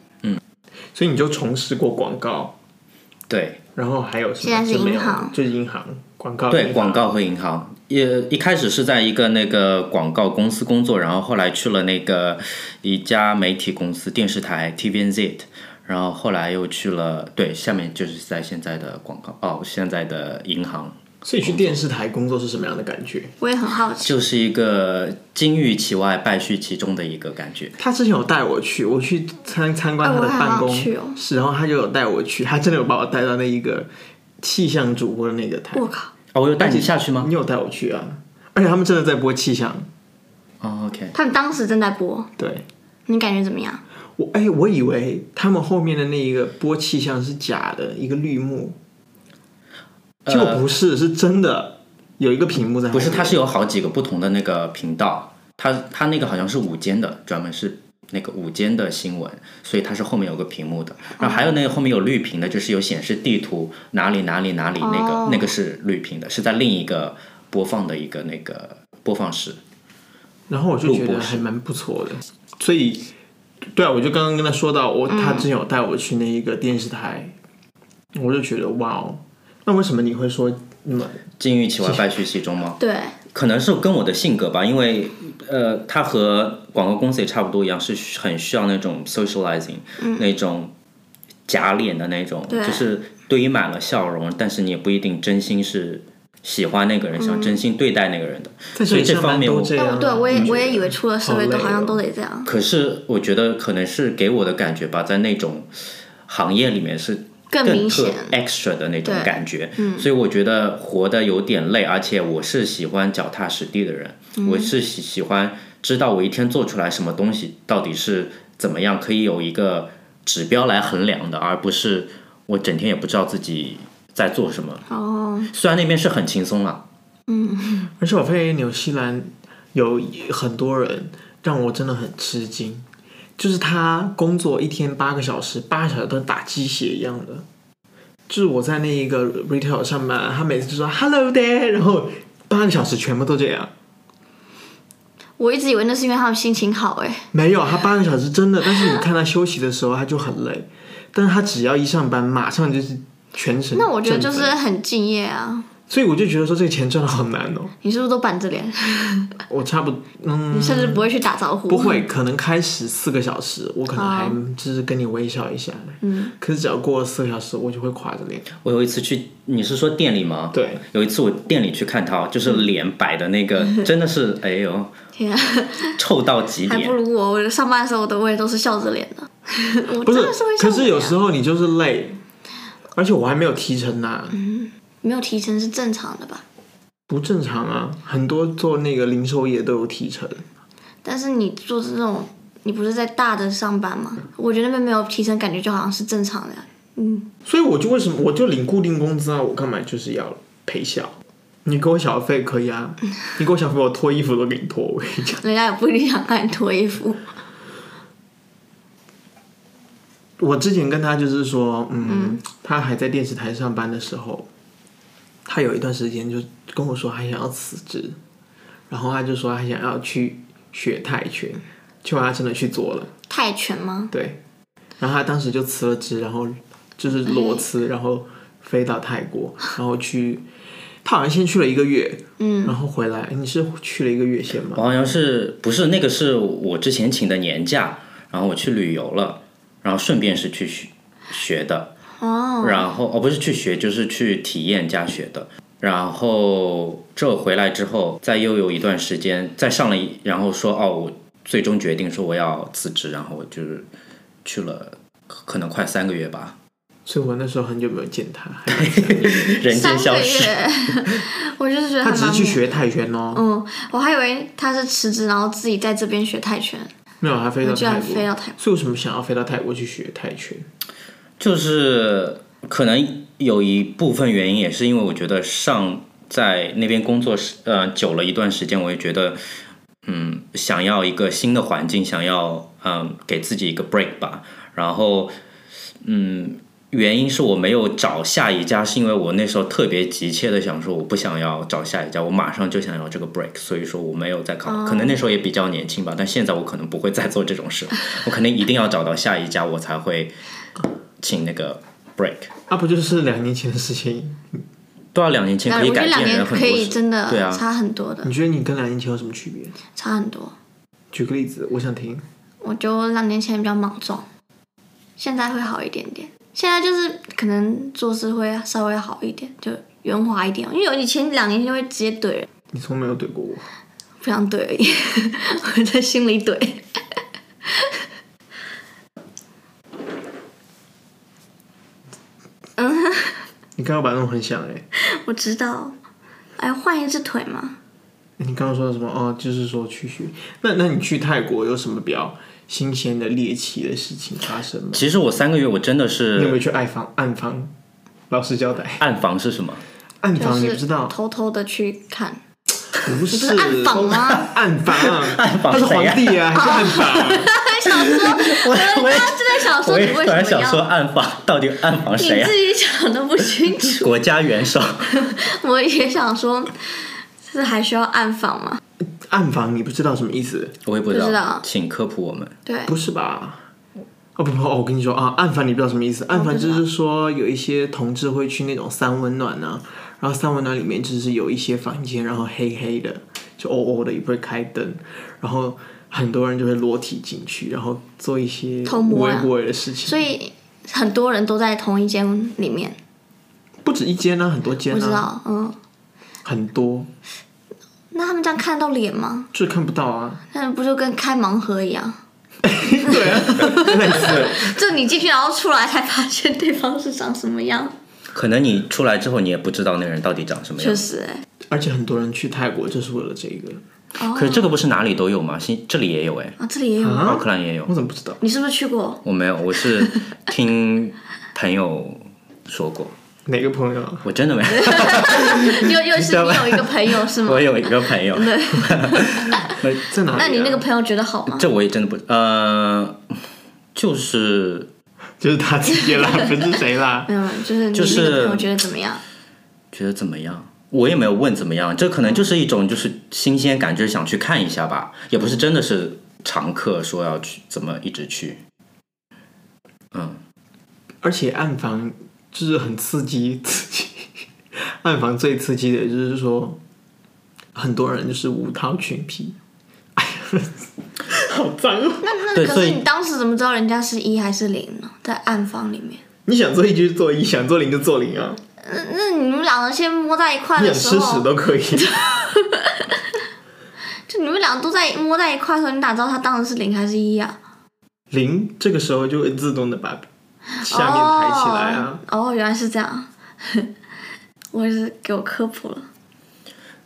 [SPEAKER 1] 所以你就从事过广告，
[SPEAKER 3] 对
[SPEAKER 1] 然后还有什么？
[SPEAKER 2] 现在是
[SPEAKER 1] 就没有
[SPEAKER 2] 银行
[SPEAKER 1] 就是银行广告，
[SPEAKER 3] 对，
[SPEAKER 1] 银行
[SPEAKER 3] 广告和银行，也一开始是在一个那个广告公司工作，然后后来去了那个一家媒体公司电视台 TVNZ，然后后来又去了对，下面就是在现在的广告哦，现在的银行
[SPEAKER 1] 所以去电视台工作是什么样的感觉？
[SPEAKER 2] 我也很好奇。
[SPEAKER 3] 就是一个金玉其外败絮其中的一个感觉。
[SPEAKER 1] 他之前有带我去，我去参参观他的办公
[SPEAKER 2] 哎我还没有去哦
[SPEAKER 1] 室，然后他就有带我去，他真的有把我带到那一个气象主播的那个台。
[SPEAKER 2] 我靠，
[SPEAKER 3] 哦，我有带你下去吗
[SPEAKER 1] 你有带我去啊？而且他们真的在播气象，
[SPEAKER 3] 哦？OK，
[SPEAKER 2] 他们当时正在播，
[SPEAKER 1] 对
[SPEAKER 2] 你感觉怎么样？
[SPEAKER 1] 我哎、我以为他们后面的那一个播气象是假的，一个绿幕，结果不是，是真的有一个屏幕在后面。
[SPEAKER 3] 呃不是，它是有好几个不同的那个频道，它它那个好像是午间的，专门是那个午间的新闻，所以它是后面有个屏幕的，然后还有那个后面有绿屏的，就是有显示地图哪里哪里哪里那个、
[SPEAKER 2] 哦
[SPEAKER 3] 那个是绿屏的，是在另一个播放的一个那个播放室。
[SPEAKER 1] 然后我就觉
[SPEAKER 3] 录
[SPEAKER 1] 得
[SPEAKER 3] 播室
[SPEAKER 1] 还蛮不错的，所以对啊，我就刚刚跟他说到，我
[SPEAKER 3] 嗯
[SPEAKER 1] 他之前有带我去那一个电视台，我就觉得哇哦，那为什么你会说那么
[SPEAKER 3] 金玉其外，败絮其中吗？
[SPEAKER 2] 对，
[SPEAKER 3] 可能是跟我的性格吧，因为呃，它和广告公司也差不多一样，是需很需要那种 socializing，、那种假脸的那种，
[SPEAKER 2] 对
[SPEAKER 3] 就是堆满了笑容，但是你也不一定真心是喜欢那个人，想真心对待那个人的。
[SPEAKER 1] 在这
[SPEAKER 3] 所
[SPEAKER 1] 里
[SPEAKER 3] 以这
[SPEAKER 1] 上班
[SPEAKER 3] 方面
[SPEAKER 1] 都
[SPEAKER 3] 我嗯
[SPEAKER 1] 这
[SPEAKER 2] 但我
[SPEAKER 1] 样？啊
[SPEAKER 2] 哦对啊我也我也以
[SPEAKER 1] 为
[SPEAKER 2] 为出了社会
[SPEAKER 1] 好
[SPEAKER 2] 都
[SPEAKER 1] 累
[SPEAKER 2] 好像都
[SPEAKER 1] 哦
[SPEAKER 2] 得这样。
[SPEAKER 3] 可是我觉得可能是给我的感觉吧，在那种行业里面是
[SPEAKER 2] 更
[SPEAKER 3] 更
[SPEAKER 2] 明
[SPEAKER 3] 特
[SPEAKER 2] 显
[SPEAKER 3] extra 的那种
[SPEAKER 2] 对嗯
[SPEAKER 3] 感觉，所以我觉得活得有点累，而且我是喜欢脚踏实地的人，
[SPEAKER 2] 嗯
[SPEAKER 3] 我是喜喜欢知道我一天做出来什么东西到底是怎么样，可以有一个指标来衡量的，而不是我整天也不知道自己在做什么。
[SPEAKER 2] 哦，
[SPEAKER 3] 虽然那边是很轻松啊，
[SPEAKER 1] 而且我发现纽西兰有很多人让我真的很吃惊，就是他工作一天八个小时，八个小时都打鸡血一样的。就是我在那一个 retail 上班，他每次就说 “hello there”，然后八个小时全部都这样。
[SPEAKER 2] 我一直以为那是因为他们心情好哎。
[SPEAKER 1] 没有，他八个小时真的，但是你看他休息的时候，他就很累，但是他只要一上班，马上就是全神。
[SPEAKER 2] 那我觉得就是，很敬业啊。
[SPEAKER 1] 所以我就觉得说这个钱赚的好难哦。
[SPEAKER 2] 你是不是都板着脸？
[SPEAKER 1] 我差不，嗯，
[SPEAKER 2] 你甚至不会去打招呼？
[SPEAKER 1] 不。会，可能开始四个小时，我可能
[SPEAKER 2] 啊
[SPEAKER 1] 还就是跟你微笑一下，嗯，可是只要过了四个小时，我就会垮着脸。
[SPEAKER 3] 我有一次去，你是说店里
[SPEAKER 2] 哦
[SPEAKER 3] 吗？
[SPEAKER 1] 对，
[SPEAKER 3] 有一次我店里去看他，就是脸摆的那 个，真的是哎呦，
[SPEAKER 2] 天啊，
[SPEAKER 3] 臭到极
[SPEAKER 2] 还
[SPEAKER 3] 点
[SPEAKER 2] 不。如我。我上班的时候，我都会都是笑着脸的。 我
[SPEAKER 1] 不
[SPEAKER 2] 真
[SPEAKER 1] 是
[SPEAKER 2] 的是会，笑
[SPEAKER 1] 可
[SPEAKER 2] 着
[SPEAKER 1] 是
[SPEAKER 2] 脸
[SPEAKER 1] 有
[SPEAKER 2] 啊
[SPEAKER 1] 时候你就是累，而且我还没有提成呐、
[SPEAKER 2] 嗯没有提成是正常的吧？
[SPEAKER 1] 不正常啊，很多做那个零售业都有提成。
[SPEAKER 2] 但是你做这种，你不是在大的上班吗？我觉得那边没有提成，感觉就好像是正常的。嗯，
[SPEAKER 1] 所以我就为什么我就领固定工资啊？我干嘛就是要陪笑？你给我小费可以啊，你给我小费，我脱衣服都给你脱。我跟你讲，
[SPEAKER 2] 人家也不一定想看你脱衣服。
[SPEAKER 1] 我之前跟他就是说，嗯，他还在电视台上班的时候，他有一段时间就跟我说他想要辞职，然后他就说他想要去学泰拳，结果他真的去做了，
[SPEAKER 2] 泰拳吗？
[SPEAKER 1] 对，然后他当时就辞了职，然后就是裸辞，
[SPEAKER 2] 哎
[SPEAKER 1] 然后飞到泰国，然后去，他好像先去了一个月，
[SPEAKER 2] 嗯，
[SPEAKER 1] 然后回来，哎你是去了一个月线吗？
[SPEAKER 3] 我好像是不是那个是我之前请的年假，然后我去旅游了，然后顺便是去学学的，
[SPEAKER 2] 哦，
[SPEAKER 3] 然后哦不是去学就是去体验加学的，然后这回来之后，再又有一段时间，再上了一，然后说哦我最终决定说我要辞职，然后我就是去了可可能快三个月吧，
[SPEAKER 1] 所以我那时候很久没有见他，
[SPEAKER 3] 人间
[SPEAKER 2] 三
[SPEAKER 3] 消
[SPEAKER 2] 个
[SPEAKER 3] 失。
[SPEAKER 2] 月， 我就是觉得
[SPEAKER 1] 他
[SPEAKER 2] 还
[SPEAKER 1] 只是
[SPEAKER 2] 蛮
[SPEAKER 1] 去
[SPEAKER 2] 猛。
[SPEAKER 1] 学泰拳哦，
[SPEAKER 2] 嗯，我还以为他是辞职，然后自己在这边学泰拳，
[SPEAKER 1] 没有，他飞到
[SPEAKER 2] 居然
[SPEAKER 1] 泰
[SPEAKER 2] 飞
[SPEAKER 1] 国。
[SPEAKER 2] 到泰
[SPEAKER 1] 所以为什么想要飞到泰国去学泰拳？
[SPEAKER 3] 就是可能有一部分原因也是因为我觉得上在那边工作时呃久了一段时间，我也觉得嗯想要一个新的环境，想要嗯给自己一个 break 吧。然后嗯原因是我没有找下一家，是因为我那时候特别急切的想说我不想要找下一家，我马上就想要这个 break，所以说我没有再考虑。可能那时候也比较年轻吧，但现在我可能不会再做这种事，我肯定一定要找到下一家，我才会请那个 break。
[SPEAKER 1] 啊，不就是两年前的事情？
[SPEAKER 3] 对啊，两年前可以
[SPEAKER 2] 我觉
[SPEAKER 3] 改
[SPEAKER 2] 得两
[SPEAKER 3] 变
[SPEAKER 2] 年
[SPEAKER 3] 人很
[SPEAKER 2] 可
[SPEAKER 3] 多
[SPEAKER 2] 以
[SPEAKER 3] 事。
[SPEAKER 2] 真的
[SPEAKER 3] 对啊
[SPEAKER 2] 差很多的，
[SPEAKER 1] 你觉得你跟两年前有什么区别？
[SPEAKER 2] 差很多。
[SPEAKER 1] 举个例子，我想听。
[SPEAKER 2] 我就两年前比较莽撞，现在会好一点点。现在就是可能做事会稍微好一点，就圆滑一点。因为有以前两年前就会直接怼人，
[SPEAKER 1] 你从没有怼过我，
[SPEAKER 2] 不想怼而已， 我在心里怼。
[SPEAKER 1] 你刚刚把它弄很响哎、
[SPEAKER 2] 我知道，哎，换一只腿嘛。
[SPEAKER 1] 你刚刚说的什么？哦，就是说去学。那那你去泰国有什么比较新鲜的猎奇的事情发生吗？
[SPEAKER 3] 其实我三个月我真的
[SPEAKER 1] 你有没有
[SPEAKER 3] 是
[SPEAKER 1] 去暗房？暗房，老实交代，
[SPEAKER 3] 暗房呃是什么？
[SPEAKER 1] 暗
[SPEAKER 3] 啊
[SPEAKER 2] 就
[SPEAKER 1] 房你
[SPEAKER 2] 是
[SPEAKER 1] 不知道，
[SPEAKER 2] 偷偷的去看，
[SPEAKER 1] 不是
[SPEAKER 2] 是暗访吗
[SPEAKER 1] 暗房，暗
[SPEAKER 3] 访
[SPEAKER 1] 他是
[SPEAKER 3] 谁
[SPEAKER 1] 皇
[SPEAKER 3] 呀
[SPEAKER 1] 帝啊，还是暗房？
[SPEAKER 3] 我我也
[SPEAKER 2] 呃他就在想说
[SPEAKER 3] 我
[SPEAKER 2] 你
[SPEAKER 3] 也
[SPEAKER 2] 为
[SPEAKER 3] 突
[SPEAKER 2] 什么
[SPEAKER 3] 然想说
[SPEAKER 2] 要？
[SPEAKER 3] 暗访到底暗访谁
[SPEAKER 2] 你
[SPEAKER 3] 啊
[SPEAKER 2] 自？己想都不清楚，
[SPEAKER 3] 国家元首，
[SPEAKER 2] 我也想说，这还需要暗访吗？
[SPEAKER 1] 暗房你不知道什么意思？
[SPEAKER 3] 我也不
[SPEAKER 2] 不知道
[SPEAKER 3] 请科普我们。
[SPEAKER 2] 对，
[SPEAKER 1] 不是吧？哦不不，哦我跟你说啊，暗房你不知道什么
[SPEAKER 2] 哦
[SPEAKER 1] 意思？暗房就是说有一些同志会去那种三温暖啊，然后三温暖里面就是有一些房间，然后黑黑的，就哦哦的，也不会开灯，然后很多人就会裸体进去，然后做一些
[SPEAKER 2] 偷摸
[SPEAKER 1] 微
[SPEAKER 2] 啊
[SPEAKER 1] 不为的事情。
[SPEAKER 2] 所以很多人都在同一间里面，
[SPEAKER 1] 不止一间啊，很多间
[SPEAKER 2] 我知
[SPEAKER 1] 啊，
[SPEAKER 2] 道，嗯。
[SPEAKER 1] 很多，
[SPEAKER 2] 那他们这样看得到脸吗？
[SPEAKER 1] 就是看不到啊。
[SPEAKER 2] 那不就跟开盲盒一样？
[SPEAKER 1] 对 啊，类似。
[SPEAKER 2] 就你进去然后出来才发现对方是长什么样。
[SPEAKER 3] 可能你出来之后，你也不知道那个人到底长什么
[SPEAKER 2] 确
[SPEAKER 3] 样。
[SPEAKER 2] 实、哎，
[SPEAKER 1] 而且很多人去泰国就是为了这个
[SPEAKER 3] 可是这个不是哪里都有吗？新这里也有哎，
[SPEAKER 2] 啊，这里也有吗。
[SPEAKER 3] 奥
[SPEAKER 1] 啊
[SPEAKER 3] 克，兰也有
[SPEAKER 1] 我。怎么不知道？
[SPEAKER 2] 你是不是去 过？
[SPEAKER 3] 我没有，我是听朋友说过，
[SPEAKER 1] 哪个朋友啊？
[SPEAKER 3] 我真的没有。
[SPEAKER 2] 又又是你有一个朋友是吗
[SPEAKER 3] 我？有一个朋友，
[SPEAKER 1] 在哪里、啊？
[SPEAKER 2] 那你那个朋友觉得好吗？
[SPEAKER 3] 这我也真的不呃，就是
[SPEAKER 1] 就是他自己 啦，不是谁啦。
[SPEAKER 2] 没有，就是
[SPEAKER 3] 就
[SPEAKER 2] 你
[SPEAKER 3] 是
[SPEAKER 2] 那个朋友觉得怎么样？
[SPEAKER 3] 觉得怎么样？我也没有问怎么样，这可能就是一种就是新鲜感，就是想去看一下吧，也不是真的是常客说要去怎么一直去。嗯，
[SPEAKER 1] 而且暗房就是很刺激， 刺激。暗房最刺激的就是说，很多人就是五套群 批，哎呀，好脏哦！
[SPEAKER 2] 那那
[SPEAKER 3] 对
[SPEAKER 2] 可
[SPEAKER 3] 所以
[SPEAKER 2] 是你当时怎么知道人家是一还是零呢？在暗房里面，
[SPEAKER 1] 你想做一就做一，想做零就做零啊，
[SPEAKER 2] 那那你们两个先摸在一块
[SPEAKER 1] 你
[SPEAKER 2] 的
[SPEAKER 1] 想
[SPEAKER 2] 时
[SPEAKER 1] 吃屎
[SPEAKER 2] 候，
[SPEAKER 1] 都可以。
[SPEAKER 2] 就你们俩都在摸在一块的时候，你哪知道他当时是零还是一啊？
[SPEAKER 1] 零这个时候就会自动的把下面抬起来啊。
[SPEAKER 2] 哦！哦，原来是这样， 我也是给我科普了。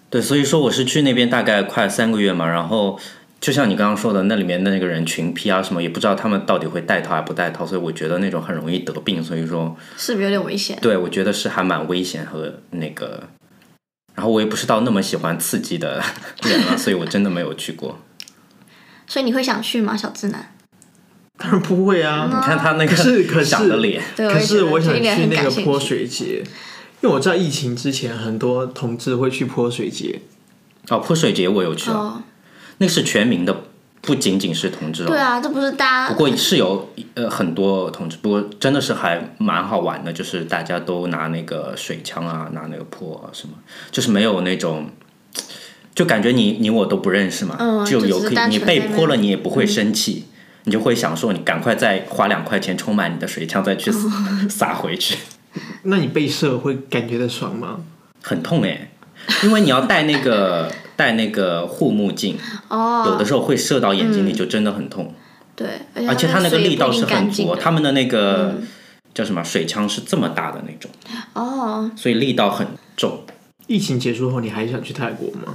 [SPEAKER 3] 对，所以说我是去那边大概快三个月嘛，然后就像你刚刚说的，那里面的那个人群批啊什么，也不知道他们到底会戴套还不戴套，所以我觉得那种很容易得病，所以说
[SPEAKER 2] 是不是有点危险？
[SPEAKER 3] 对我觉得是还蛮危险和那个。然后我也不是到那么喜欢刺激的人了，所以我真的没有去过。
[SPEAKER 2] 所以你会想去吗，小智男？
[SPEAKER 1] 当然不会啊，
[SPEAKER 3] 你看他那个
[SPEAKER 1] 可是可是
[SPEAKER 3] 想的脸，
[SPEAKER 2] 对，
[SPEAKER 1] 可是
[SPEAKER 2] 我
[SPEAKER 1] 我
[SPEAKER 2] 也觉
[SPEAKER 1] 想
[SPEAKER 2] 得这一点
[SPEAKER 1] 去
[SPEAKER 2] 很
[SPEAKER 1] 那个
[SPEAKER 2] 感兴
[SPEAKER 1] 泼
[SPEAKER 2] 趣。
[SPEAKER 1] 水节，因为我知道疫情之前很多同志会去泼水节，
[SPEAKER 3] 哦，泼水节我有
[SPEAKER 1] 啊
[SPEAKER 3] 去哦，
[SPEAKER 2] 哦，
[SPEAKER 3] 那是全民的，不仅仅是同志
[SPEAKER 2] 对
[SPEAKER 3] 哦。
[SPEAKER 2] 啊，这不是大
[SPEAKER 3] 不
[SPEAKER 2] 家
[SPEAKER 3] 过是有呃很多同志，不过真的是还蛮好玩的，就是大家都拿那个水枪啊，拿那个泼啊什么，就是没有那种，就感觉你你我都不认识嘛，
[SPEAKER 2] 嗯
[SPEAKER 3] 就
[SPEAKER 2] 就只
[SPEAKER 3] 有
[SPEAKER 2] 是
[SPEAKER 3] 可以
[SPEAKER 2] 单
[SPEAKER 3] 你
[SPEAKER 2] 纯
[SPEAKER 3] 被
[SPEAKER 2] 在那嗯
[SPEAKER 3] 泼了，你也不会生气，你就会想说你赶快再花两块钱充满你的水枪再去
[SPEAKER 2] 哦
[SPEAKER 3] 撒撒回去。
[SPEAKER 1] 那你被射会感觉的爽吗？
[SPEAKER 3] 很痛哎、因为你要戴那个戴那个护目镜，
[SPEAKER 2] 哦，
[SPEAKER 3] 有的时候会射到眼睛里，就真的很痛。
[SPEAKER 2] 嗯对，啊
[SPEAKER 3] 而且它那个力道是很足，啊他
[SPEAKER 2] 他
[SPEAKER 3] 们的那个、
[SPEAKER 2] 嗯
[SPEAKER 3] 叫什么水枪是这么大的那种，
[SPEAKER 2] 哦，
[SPEAKER 3] 所以力道很重。
[SPEAKER 1] 疫情结束后，你还想去泰国吗？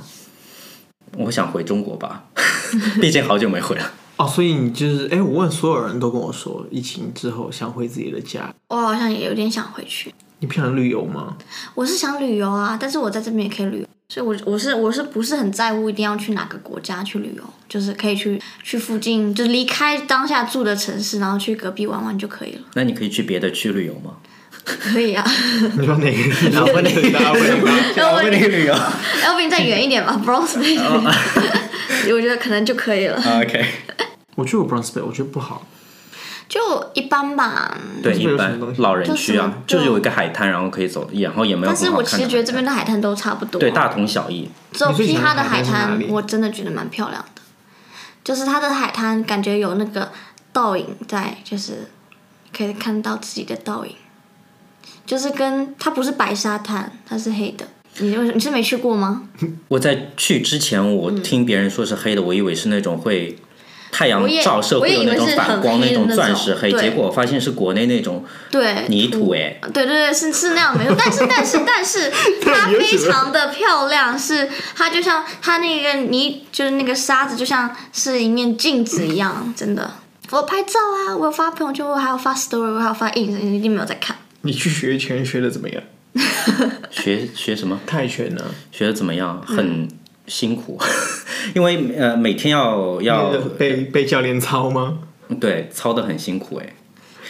[SPEAKER 3] 我想回中国吧， 毕竟好久没回了。
[SPEAKER 1] 哦，所以你就是哎，我问所有人都跟我说，疫情之后想回自己的家。
[SPEAKER 2] 我好像也有点想回去。
[SPEAKER 1] 你不想旅游吗？
[SPEAKER 2] 我是想旅游啊，但是我在这边也可以旅游，所以我我是我是不是很在乎一定要去哪个国家去旅游，就是可以去去附近，就离开当下住的城市，然后去隔壁玩玩就可以了。
[SPEAKER 3] 那你可以去别的区旅游 吗？
[SPEAKER 2] 可以啊，
[SPEAKER 1] 你说哪个？然
[SPEAKER 3] 后那个
[SPEAKER 1] 大 问
[SPEAKER 2] 要不
[SPEAKER 3] 那个旅游啊
[SPEAKER 2] 要不你再远一点 吧 b r o n z b
[SPEAKER 3] 哦
[SPEAKER 2] a 我觉得可能就可以了。
[SPEAKER 3] ，OK，
[SPEAKER 1] 我去过 Bronze Bay，我觉得不好。
[SPEAKER 2] 就一般吧。
[SPEAKER 3] 对，
[SPEAKER 1] 这边
[SPEAKER 3] 一
[SPEAKER 1] 有什
[SPEAKER 3] 般
[SPEAKER 1] 么东西
[SPEAKER 3] 老人
[SPEAKER 2] 就是
[SPEAKER 3] 区啊，
[SPEAKER 2] 对
[SPEAKER 3] 就是有一个海滩，然后可以走，然后也没有
[SPEAKER 2] 但
[SPEAKER 3] 很
[SPEAKER 2] 是
[SPEAKER 3] 好
[SPEAKER 2] 我
[SPEAKER 3] 看的海滩。
[SPEAKER 2] 其实觉得这边的海滩都差不多。啊
[SPEAKER 3] 对大同小异，
[SPEAKER 2] 只有
[SPEAKER 1] 你最
[SPEAKER 2] 皮
[SPEAKER 1] 喜欢
[SPEAKER 2] 哈的
[SPEAKER 1] 海滩是哪
[SPEAKER 2] 滩
[SPEAKER 1] 里，
[SPEAKER 2] 我真的觉得蛮漂亮的，就是它的海滩感觉有那个倒影在，就是可以看到自己的倒影，就是跟它不是白沙滩，它是黑的。你为什你是没去过吗？
[SPEAKER 3] 我在去之前，我
[SPEAKER 2] 嗯
[SPEAKER 3] 听别人说是黑的，我以为是那种会太阳
[SPEAKER 2] 我也
[SPEAKER 3] 照射
[SPEAKER 2] 我
[SPEAKER 3] 会
[SPEAKER 2] 也
[SPEAKER 3] 有
[SPEAKER 2] 以为
[SPEAKER 3] 那种
[SPEAKER 2] 是
[SPEAKER 3] 反
[SPEAKER 2] 很
[SPEAKER 3] 光
[SPEAKER 2] 黑的
[SPEAKER 3] 种
[SPEAKER 2] 那
[SPEAKER 3] 钻
[SPEAKER 2] 种
[SPEAKER 3] 石黑，
[SPEAKER 2] 对
[SPEAKER 3] 结果我发现是国内那种
[SPEAKER 2] 对，
[SPEAKER 3] 泥土 哎，
[SPEAKER 2] 对对对，是是那样，没有，但是但是但是它
[SPEAKER 1] 有
[SPEAKER 2] 非
[SPEAKER 1] 几个
[SPEAKER 2] 常的漂亮，是它就像它那个泥，就是那个沙子，就像是一面镜子一样，真的。我拍照啊，我有发朋友圈，我还有发 story，我还有发 ins，你一定没有在看。
[SPEAKER 1] 你去学拳学的怎么样？
[SPEAKER 3] 学学什么？
[SPEAKER 1] 泰拳呢、
[SPEAKER 3] 学的怎么样？
[SPEAKER 2] 嗯
[SPEAKER 3] 很辛苦， 因为呃每天要要
[SPEAKER 1] 那个被被教练操吗？
[SPEAKER 3] 对操的很辛苦哎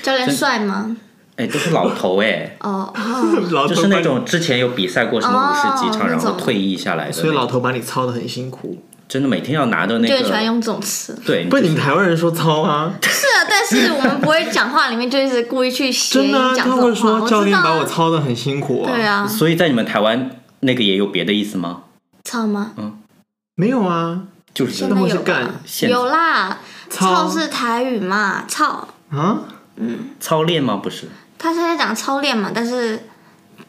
[SPEAKER 2] 教练帅吗？，
[SPEAKER 3] 哎都是老头哎
[SPEAKER 2] 哦哦，
[SPEAKER 1] 老头
[SPEAKER 3] 就是
[SPEAKER 1] 把
[SPEAKER 3] 那
[SPEAKER 1] 你，
[SPEAKER 3] 种之前有比赛过什么五十几
[SPEAKER 2] 哦
[SPEAKER 3] 场，然
[SPEAKER 2] 那
[SPEAKER 3] 后
[SPEAKER 2] 种
[SPEAKER 3] 退役下来的那种，
[SPEAKER 1] 所以老头把你操的很辛苦。
[SPEAKER 3] 真的每天要拿着那
[SPEAKER 2] 就很喜欢
[SPEAKER 3] 个
[SPEAKER 2] 用这种词。
[SPEAKER 3] 对，
[SPEAKER 1] 不是你们台湾人说操啊，
[SPEAKER 2] 是啊，但是我们不会讲话，里面就一直故意去谐
[SPEAKER 1] 真
[SPEAKER 2] 音
[SPEAKER 1] 的、啊，
[SPEAKER 2] 讲
[SPEAKER 1] 他
[SPEAKER 2] 这
[SPEAKER 1] 会
[SPEAKER 2] 种话。
[SPEAKER 1] 说教
[SPEAKER 2] 我知
[SPEAKER 1] 练
[SPEAKER 2] 道
[SPEAKER 1] 把我
[SPEAKER 2] 啊，
[SPEAKER 1] 操的很辛苦啊。
[SPEAKER 2] 对啊，
[SPEAKER 3] 所以在你们台湾那个也有别的意思吗？嗯
[SPEAKER 2] 操吗？
[SPEAKER 1] 没有啊
[SPEAKER 3] 就是
[SPEAKER 2] 现
[SPEAKER 3] 这
[SPEAKER 2] 在
[SPEAKER 1] 那会
[SPEAKER 3] 种
[SPEAKER 1] 是
[SPEAKER 2] 有吧
[SPEAKER 1] 干？
[SPEAKER 3] 现
[SPEAKER 2] 有啦，
[SPEAKER 1] 操
[SPEAKER 2] 操是台语嘛，操。
[SPEAKER 1] 啊，
[SPEAKER 3] 操练吗？不是。
[SPEAKER 2] 他现在讲操练嘛，但是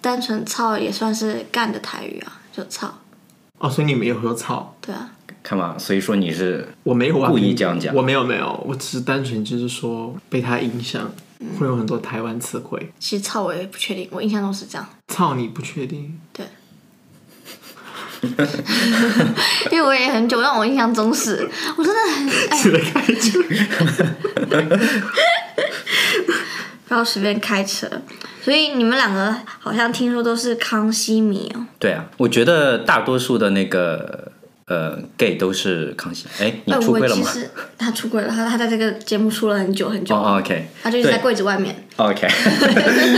[SPEAKER 2] 单纯操也算是干的台语啊，就操，
[SPEAKER 1] 哦，所以你们也会说操。
[SPEAKER 2] 对啊，
[SPEAKER 3] 看吧，所以说你是
[SPEAKER 1] 我没有啊
[SPEAKER 3] 故意这样讲
[SPEAKER 1] 我没有没有，我只是单纯就是说被他影响，会有很多台湾词汇。
[SPEAKER 2] 其实操我也不确定，我印象中是这样，
[SPEAKER 1] 操你不确定，
[SPEAKER 2] 对。 因为我也很久，让我印象中是，我真的很哎，
[SPEAKER 1] 是的开车。
[SPEAKER 2] 不要随便开车。所以你们两个好像听说都是康熙迷哦，
[SPEAKER 3] 对啊，我觉得大多数的那个呃 gay 都是康熙。哎，你
[SPEAKER 2] 哎，
[SPEAKER 3] 出
[SPEAKER 2] 我
[SPEAKER 3] 柜了
[SPEAKER 2] 其
[SPEAKER 3] 吗？
[SPEAKER 2] 实他出柜了，他他在这个节目出了很久很久，
[SPEAKER 3] 哦，OK，
[SPEAKER 2] 他就一直在
[SPEAKER 3] 对
[SPEAKER 2] 柜子外面，
[SPEAKER 3] OK，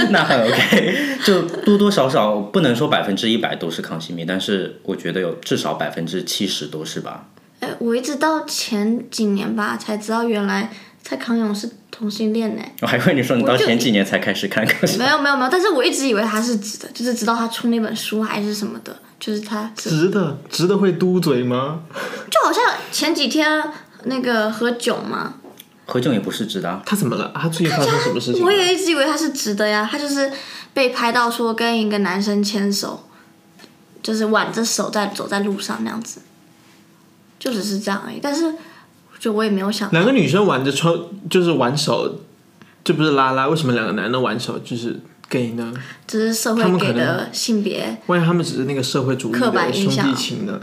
[SPEAKER 3] 那很 OK，就 多多少少不能说百分之一百都是康熙迷，但是我觉得有至少百分之七十都是吧。
[SPEAKER 2] 哎，我一直到前几年吧才知道原来蔡康永是同性恋呢。
[SPEAKER 3] 我还以为你说你到
[SPEAKER 2] 我就
[SPEAKER 3] 前几年才开始看康熙
[SPEAKER 2] 没，有没有没有，但是我一直以为他是直的，就是直到他出那本书还是什么的，就是他是
[SPEAKER 1] 直的，直的会嘟嘴吗？
[SPEAKER 2] 就好像前几天那个何炅嘛，
[SPEAKER 3] 何炅也不是直的啊，
[SPEAKER 1] 他怎么了？他最近发生什么事情
[SPEAKER 2] 我
[SPEAKER 1] 了？
[SPEAKER 2] 也一直以为他是直的呀，他就是被拍到说跟一个男生牵手，就是挽着手在走在路上那样子，就只是这样而已。但是就我也没有想，
[SPEAKER 1] 两个女生玩着穿，就是玩手，这不是拉拉？为什么两个男的玩手就是 gay 呢？
[SPEAKER 2] 只是社
[SPEAKER 1] 他
[SPEAKER 2] 会
[SPEAKER 1] 们可
[SPEAKER 2] 给
[SPEAKER 1] 能
[SPEAKER 2] 的性别，
[SPEAKER 1] 万一他们只是那个社会主义
[SPEAKER 2] 刻
[SPEAKER 1] 的
[SPEAKER 2] 板印
[SPEAKER 1] 兄
[SPEAKER 2] 象
[SPEAKER 1] 弟情呢？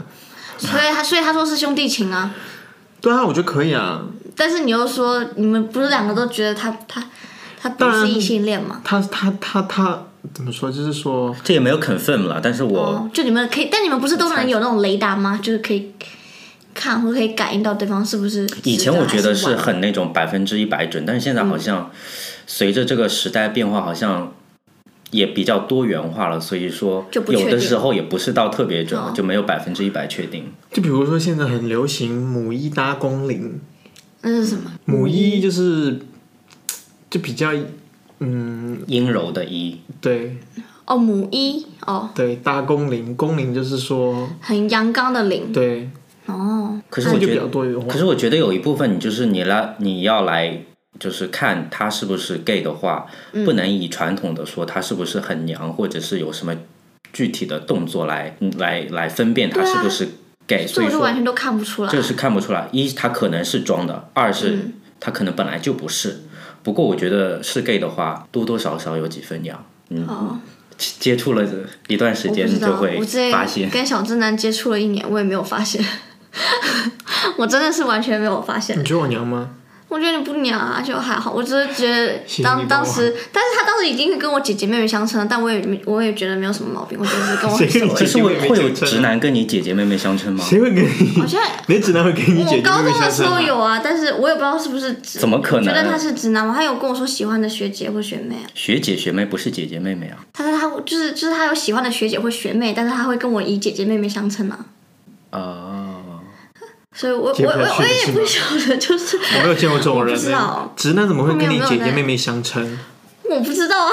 [SPEAKER 2] 所以他所以他说是兄弟情啊。
[SPEAKER 1] 对啊，我觉得可以啊。
[SPEAKER 2] 但是你又说你们不是两个都觉得他他他不
[SPEAKER 1] 当然
[SPEAKER 2] 是异性恋吗？
[SPEAKER 1] 他他他他怎么说？就是说，
[SPEAKER 3] 这也没有 confirm 了，但是我、
[SPEAKER 2] 哦，就你们可以，但你们不是都能有那种雷达吗？就是可以看或可以感应到对方是不是直的
[SPEAKER 3] 以前我觉得是
[SPEAKER 2] 还是弯
[SPEAKER 3] 很那种百分之一百准，但是现在
[SPEAKER 2] 嗯
[SPEAKER 3] 好像随着这个时代变化，好像也比较多元化了，所以说
[SPEAKER 2] 就不确定
[SPEAKER 3] 有的时候也不是到特别准
[SPEAKER 2] 哦，
[SPEAKER 3] 就没有百分之一百确定。
[SPEAKER 1] 就比如说现在很流行母一搭公零，
[SPEAKER 2] 那是什么？
[SPEAKER 1] 母一就是就比较嗯，
[SPEAKER 3] 阴柔的一，
[SPEAKER 1] 对
[SPEAKER 2] 哦，母一哦，
[SPEAKER 1] 对，搭公零，公零就是说
[SPEAKER 2] 很阳刚的零
[SPEAKER 1] 对，
[SPEAKER 2] 哦，
[SPEAKER 3] 可是我
[SPEAKER 1] 就
[SPEAKER 3] 觉
[SPEAKER 1] 比较
[SPEAKER 3] 得，
[SPEAKER 1] 多元化
[SPEAKER 3] 可。是我觉得有一部分你就是你来你要来。就是看他是不是 gay 的话，
[SPEAKER 2] 嗯
[SPEAKER 3] 不能以传统的说他是不是很娘，或者是有什么具体的动作来嗯来来分辨他
[SPEAKER 2] 对啊
[SPEAKER 3] 是不是 gay、
[SPEAKER 2] 这
[SPEAKER 3] 所以
[SPEAKER 2] 我就
[SPEAKER 3] 说，
[SPEAKER 2] 完全都看不出来
[SPEAKER 3] 这。个是看不出来。一，他可能是装的；二
[SPEAKER 2] 嗯
[SPEAKER 3] 是他可能本来就不是。不过我觉得是 gay 的话，多多少少有几分娘。嗯
[SPEAKER 2] 哦，
[SPEAKER 3] 接接触了一段时
[SPEAKER 2] 我不
[SPEAKER 3] 间，
[SPEAKER 2] 知
[SPEAKER 3] 你就
[SPEAKER 2] 道，
[SPEAKER 3] 会
[SPEAKER 2] 我之前
[SPEAKER 3] 发现。
[SPEAKER 2] 跟小直男接触了一年，我也没有发现， 我真的是完全没有发现
[SPEAKER 1] 你。觉得我娘吗？
[SPEAKER 2] 我觉得你不娘啊，就还好。我只是觉
[SPEAKER 1] 谢谢
[SPEAKER 2] 得
[SPEAKER 1] 你帮
[SPEAKER 2] 当
[SPEAKER 1] 我
[SPEAKER 2] 当时，但是他当时已经跟我姐姐妹妹相称了，但我也没我也觉得没有什么毛病，我觉得是跟我很
[SPEAKER 1] 谁
[SPEAKER 2] 熟
[SPEAKER 1] 跟你
[SPEAKER 2] 而已
[SPEAKER 3] 可是我
[SPEAKER 1] 姐姐妹妹
[SPEAKER 3] 会有
[SPEAKER 1] 相称啊
[SPEAKER 3] 直男跟你姐姐妹妹相称吗？
[SPEAKER 1] 谁会给你
[SPEAKER 2] 好？像
[SPEAKER 1] 你的直男会给你姐姐
[SPEAKER 2] 我
[SPEAKER 1] 妹
[SPEAKER 2] 高
[SPEAKER 1] 妹
[SPEAKER 2] 中的
[SPEAKER 1] 相
[SPEAKER 2] 时
[SPEAKER 1] 称
[SPEAKER 2] 候
[SPEAKER 1] 吗？
[SPEAKER 2] 有啊，但是我也不知道是不是直，
[SPEAKER 3] 怎么可能
[SPEAKER 2] 我觉得他是直男吗？他有跟我说喜欢的学姐或学妹啊，
[SPEAKER 3] 学姐学妹不是姐姐妹妹啊？
[SPEAKER 2] 他说他就是就是他有喜欢的学姐或学妹，但是他会跟我以姐姐妹妹相称嘛。
[SPEAKER 3] 哦，
[SPEAKER 2] 所以我
[SPEAKER 1] 接
[SPEAKER 2] 我
[SPEAKER 1] 不下
[SPEAKER 2] 我
[SPEAKER 1] 去
[SPEAKER 2] 我
[SPEAKER 1] 了
[SPEAKER 2] 也
[SPEAKER 1] 是
[SPEAKER 2] 不
[SPEAKER 1] 吗
[SPEAKER 2] 晓得，就是
[SPEAKER 1] 我没有见过这种人
[SPEAKER 2] 我不知
[SPEAKER 1] 呢
[SPEAKER 2] 道，
[SPEAKER 1] 直男怎么会跟你
[SPEAKER 2] 后面有没有
[SPEAKER 1] 姐姐
[SPEAKER 2] 在
[SPEAKER 1] 妹妹相称？
[SPEAKER 2] 我不知道 啊，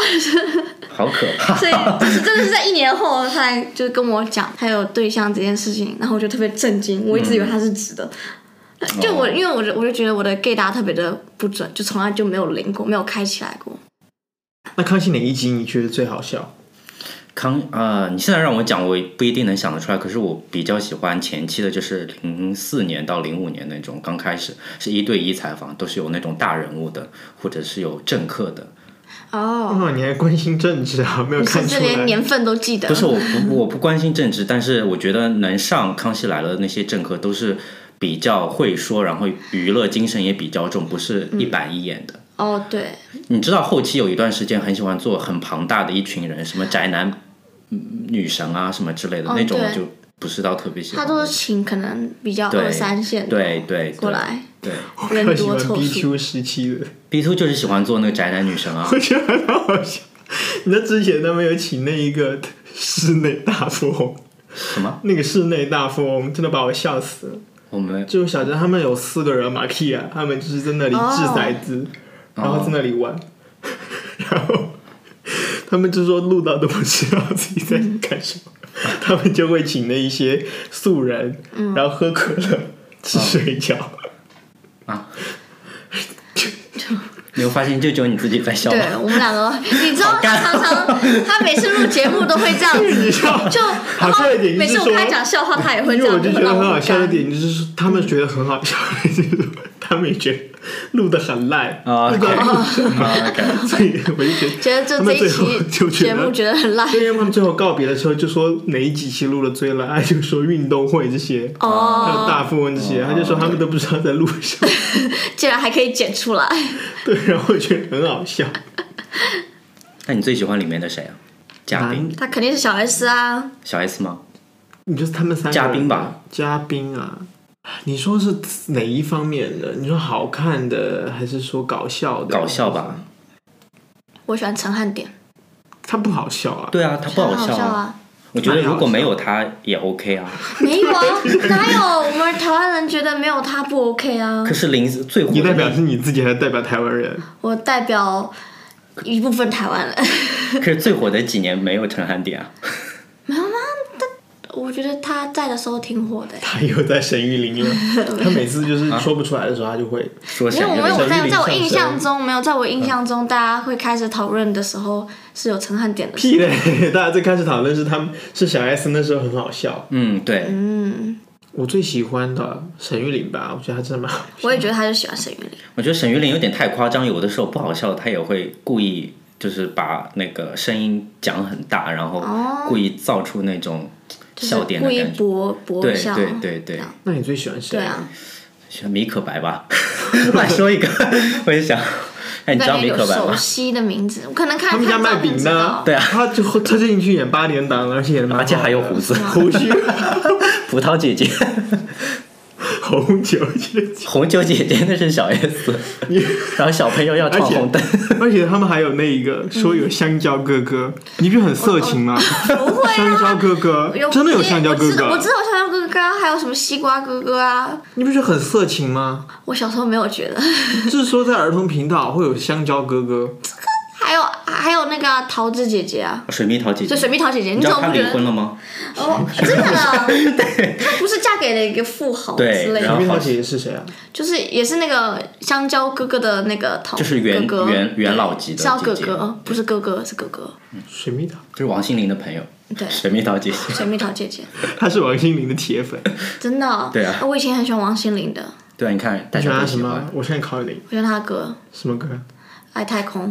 [SPEAKER 3] 好可 怕。
[SPEAKER 2] 所以就是真的是在一年后，他才就是跟我讲他有对象这件事情，然后我就特别震惊，我一直
[SPEAKER 3] 嗯
[SPEAKER 2] 以为他是直的。就
[SPEAKER 3] 哦
[SPEAKER 2] 我，因为我就我就觉得我的 gay 答特别的不准，就从来就没有零过，没有开起来过。
[SPEAKER 1] 那康熙哪一集你觉得最好笑？
[SPEAKER 3] 康呃，你现在让我讲，我不一定能想得出来。可是我比较喜欢前期的，就是零四年到零五年那种，刚开始是一对一采访，都是有那种大人物的，或者是有政客的。
[SPEAKER 2] 哦，
[SPEAKER 1] 哦，你还关心政治啊？没有
[SPEAKER 2] 你
[SPEAKER 1] 看
[SPEAKER 2] 甚
[SPEAKER 1] 出
[SPEAKER 2] 至连
[SPEAKER 1] 来。
[SPEAKER 2] 年份都记得。
[SPEAKER 3] 不是我不我不关心政治，但是我觉得能上《康熙来了》的那些政客都是比较会说，然后娱乐精神也比较重，不是一板一眼的。
[SPEAKER 2] 哦，对，
[SPEAKER 3] 你知道后期有一段时间很喜欢做很庞大的一群人，什么宅男、嗯女神啊什么之类的、
[SPEAKER 2] 哦
[SPEAKER 3] 那种，
[SPEAKER 2] 对
[SPEAKER 3] 我就不是到特别喜欢。
[SPEAKER 2] 他都是请可能比较
[SPEAKER 3] 对
[SPEAKER 2] 二三线的
[SPEAKER 3] 对对
[SPEAKER 2] 过来，
[SPEAKER 3] 对
[SPEAKER 1] 我比较
[SPEAKER 2] 人
[SPEAKER 1] 喜
[SPEAKER 2] 多
[SPEAKER 1] 欢
[SPEAKER 2] 凑
[SPEAKER 1] B
[SPEAKER 2] 数。
[SPEAKER 1] Q 时期的，
[SPEAKER 3] ，B two 就是喜欢做那个宅男女神 啊
[SPEAKER 1] 我。觉得很好笑。你知道之前他们有请那一个室内大富翁，
[SPEAKER 3] 什么？
[SPEAKER 1] 那个室内大富翁真的把我笑死了。
[SPEAKER 3] 我们
[SPEAKER 1] 就小珍他们有四个人马 key 啊，他们就是在那里掷骰子，
[SPEAKER 2] 哦
[SPEAKER 1] 然后在那里玩， 然后他们就说录到都不知道自己在干什 么，他们就会请那一些素人，
[SPEAKER 2] 嗯
[SPEAKER 1] 然后喝可乐、吃水饺，
[SPEAKER 2] 哦
[SPEAKER 3] 你会发现就只啊有你自己在笑
[SPEAKER 2] 对
[SPEAKER 3] 吗？
[SPEAKER 2] 我们 两个，你知道
[SPEAKER 3] 好干
[SPEAKER 2] 他常常他每次录节目都会 这样
[SPEAKER 1] 你
[SPEAKER 2] 子，
[SPEAKER 1] 知道。
[SPEAKER 2] 就
[SPEAKER 1] 好
[SPEAKER 2] 然后
[SPEAKER 1] 笑一点就
[SPEAKER 2] 每
[SPEAKER 1] 是
[SPEAKER 2] 次
[SPEAKER 1] 说
[SPEAKER 2] 我跟他讲笑话，他也会
[SPEAKER 1] 因
[SPEAKER 2] 这
[SPEAKER 1] 为我
[SPEAKER 2] 样，
[SPEAKER 1] 就觉
[SPEAKER 2] 让
[SPEAKER 1] 得很
[SPEAKER 2] 我
[SPEAKER 1] 好
[SPEAKER 2] 很
[SPEAKER 1] 笑的
[SPEAKER 2] 尴尬。
[SPEAKER 1] 点就是，他们觉得很好笑， 就是他们也觉得录的很烂，
[SPEAKER 2] 哦
[SPEAKER 3] 啊
[SPEAKER 1] 录到
[SPEAKER 3] ，OK
[SPEAKER 1] 录上
[SPEAKER 3] 啊，OK
[SPEAKER 1] 所以我就觉得
[SPEAKER 2] 觉得
[SPEAKER 1] 他
[SPEAKER 2] 就这
[SPEAKER 1] 们最
[SPEAKER 2] 一
[SPEAKER 1] 后
[SPEAKER 2] 期
[SPEAKER 1] 就觉
[SPEAKER 2] 节
[SPEAKER 1] 得
[SPEAKER 2] 目觉得很烂
[SPEAKER 1] 对，因为他们最后告别的时候就说哪一几期录的最烂，他就说运动会这些，还有
[SPEAKER 2] 哦，
[SPEAKER 1] 大富翁这些，他就说他们都不知道在录什么。
[SPEAKER 2] 竟然还可以剪出来。
[SPEAKER 1] 对，然后我觉得很好 笑。
[SPEAKER 3] 那你最喜欢里面的谁啊？嘉宾
[SPEAKER 1] 男，
[SPEAKER 2] 他肯定是小 S 啊，
[SPEAKER 3] 小 S 吗？
[SPEAKER 1] 你就是他们三个
[SPEAKER 3] 嘉宾吧？
[SPEAKER 1] 嘉宾啊，你说是哪一方面的？你说好看的，还是说搞笑的？
[SPEAKER 3] 搞笑吧？
[SPEAKER 2] 我喜欢陈汉典，
[SPEAKER 1] 他不好笑啊。
[SPEAKER 3] 对啊，他不
[SPEAKER 2] 很
[SPEAKER 3] 笑
[SPEAKER 2] 笑。啊。
[SPEAKER 3] 我觉得如果
[SPEAKER 1] 蛮好笑
[SPEAKER 3] 没有他也 OK 啊。
[SPEAKER 2] 没有啊，哪有我们台湾人觉得没有他不 OK 啊
[SPEAKER 3] 可？是零最火
[SPEAKER 1] 你代
[SPEAKER 3] 的
[SPEAKER 1] 表
[SPEAKER 3] 那，
[SPEAKER 1] 是你自己，还是代表台湾 人？
[SPEAKER 2] 我代表一部分台 湾人，
[SPEAKER 3] 可是最火的几年没有陈汉典啊。
[SPEAKER 2] 我觉得他在的时候挺火的。
[SPEAKER 1] 他又在沈玉琳了。 他每次就是
[SPEAKER 3] 啊
[SPEAKER 1] 说不出来的时候，他就会。
[SPEAKER 3] 说
[SPEAKER 2] 因
[SPEAKER 3] 沈
[SPEAKER 2] 为我没
[SPEAKER 3] 玉
[SPEAKER 2] 有
[SPEAKER 3] 琳
[SPEAKER 1] 沈玉嗯
[SPEAKER 2] 在
[SPEAKER 1] 琳
[SPEAKER 2] 在我
[SPEAKER 1] 上
[SPEAKER 2] 印
[SPEAKER 1] 身
[SPEAKER 2] 象中没有，在我印象中大家会开始讨论的时候是有陈汉典的。
[SPEAKER 1] 屁嘞！ 大家最开始讨论是他们是小 S 那时候很好笑。
[SPEAKER 3] 嗯，对，
[SPEAKER 2] 嗯，
[SPEAKER 1] 我最喜欢的沈玉琳吧，我觉得她真的蛮好笑。
[SPEAKER 2] 我也觉得他就喜欢沈玉琳。
[SPEAKER 3] 我觉得沈玉琳有点太夸张，有的时候不好笑，她也会故意就是把那个声音讲很大，然后故意造出那种
[SPEAKER 2] 哦就是
[SPEAKER 3] 笑点的
[SPEAKER 2] 故意
[SPEAKER 3] 感觉。
[SPEAKER 2] 博博
[SPEAKER 3] 对
[SPEAKER 2] 一下，
[SPEAKER 3] 对对对，
[SPEAKER 1] 那你最喜欢谁？
[SPEAKER 2] 对啊，
[SPEAKER 3] 像米可白吧， 乱说一个， 我就想，哎，你知道
[SPEAKER 2] 感觉
[SPEAKER 3] 米
[SPEAKER 2] 有
[SPEAKER 3] 可白
[SPEAKER 2] 熟
[SPEAKER 3] 吗？
[SPEAKER 2] 悉的名字，我可能看
[SPEAKER 1] 他们家
[SPEAKER 2] 看
[SPEAKER 1] 卖
[SPEAKER 2] 照片
[SPEAKER 1] 饼
[SPEAKER 2] 知
[SPEAKER 1] 的
[SPEAKER 2] 道，。
[SPEAKER 3] 对啊
[SPEAKER 1] 他最后他进去演八点档，而且演得蛮好
[SPEAKER 3] 而
[SPEAKER 1] 的
[SPEAKER 3] 且还有胡子，
[SPEAKER 2] 哦
[SPEAKER 1] 胡须、
[SPEAKER 3] 葡萄姐 姐，
[SPEAKER 1] 红酒姐姐，
[SPEAKER 3] 红酒姐姐那是小 S，然后小朋友要
[SPEAKER 1] 而
[SPEAKER 3] 闯
[SPEAKER 1] 且
[SPEAKER 3] 红灯，
[SPEAKER 1] 而且他们还有那一个说有香蕉哥哥，你不是很色情吗？
[SPEAKER 2] 不 会
[SPEAKER 1] 香蕉哥哥
[SPEAKER 2] 哦啊有
[SPEAKER 1] 真的有
[SPEAKER 2] 我知
[SPEAKER 1] 香蕉哥
[SPEAKER 2] 我
[SPEAKER 1] 哥
[SPEAKER 2] 知，道香蕉哥哥啊，还有什么西瓜哥哥啊，
[SPEAKER 1] 你不是很色情吗？
[SPEAKER 2] 我小时候没有觉得，
[SPEAKER 1] 就是说在儿童频道会有香蕉哥哥，
[SPEAKER 2] 还有还有那个啊桃子姐姐啊，
[SPEAKER 3] 水蜜桃姐姐
[SPEAKER 2] 就，水蜜桃姐姐，
[SPEAKER 3] 你
[SPEAKER 2] 你
[SPEAKER 3] 知
[SPEAKER 2] 怎
[SPEAKER 3] 道
[SPEAKER 2] 么
[SPEAKER 3] 她
[SPEAKER 2] 不
[SPEAKER 3] 离
[SPEAKER 2] 觉得
[SPEAKER 3] 婚？了吗？
[SPEAKER 2] 哦，真的 啊，她不是嫁给了一个富豪
[SPEAKER 3] 对
[SPEAKER 2] 之类
[SPEAKER 1] 里
[SPEAKER 3] 然后
[SPEAKER 2] 的，
[SPEAKER 1] 面的姐姐是谁啊？
[SPEAKER 2] 就是也是那个香蕉哥哥的那个桃，
[SPEAKER 3] 就是元
[SPEAKER 2] 哥哥
[SPEAKER 3] 元元老级的
[SPEAKER 2] 是叫
[SPEAKER 3] 姐
[SPEAKER 2] 哥
[SPEAKER 3] 姐
[SPEAKER 2] 哥，哦不是哥哥是哥哥，
[SPEAKER 1] 水蜜桃，
[SPEAKER 3] 就是王心凌的朋友，
[SPEAKER 2] 对，
[SPEAKER 3] 水蜜桃姐姐。
[SPEAKER 2] 水蜜桃姐姐。
[SPEAKER 1] 她是王心凌的铁粉。
[SPEAKER 2] 真的、
[SPEAKER 3] 对啊
[SPEAKER 2] 我以前很喜欢王心凌的，
[SPEAKER 3] 对啊，你看大
[SPEAKER 1] 你喜
[SPEAKER 3] 家
[SPEAKER 1] 欢
[SPEAKER 3] 都
[SPEAKER 1] 什
[SPEAKER 3] 喜欢
[SPEAKER 1] 么。？我现在考你
[SPEAKER 2] 我喜欢她的歌
[SPEAKER 1] 什么歌？
[SPEAKER 2] 《爱太空》。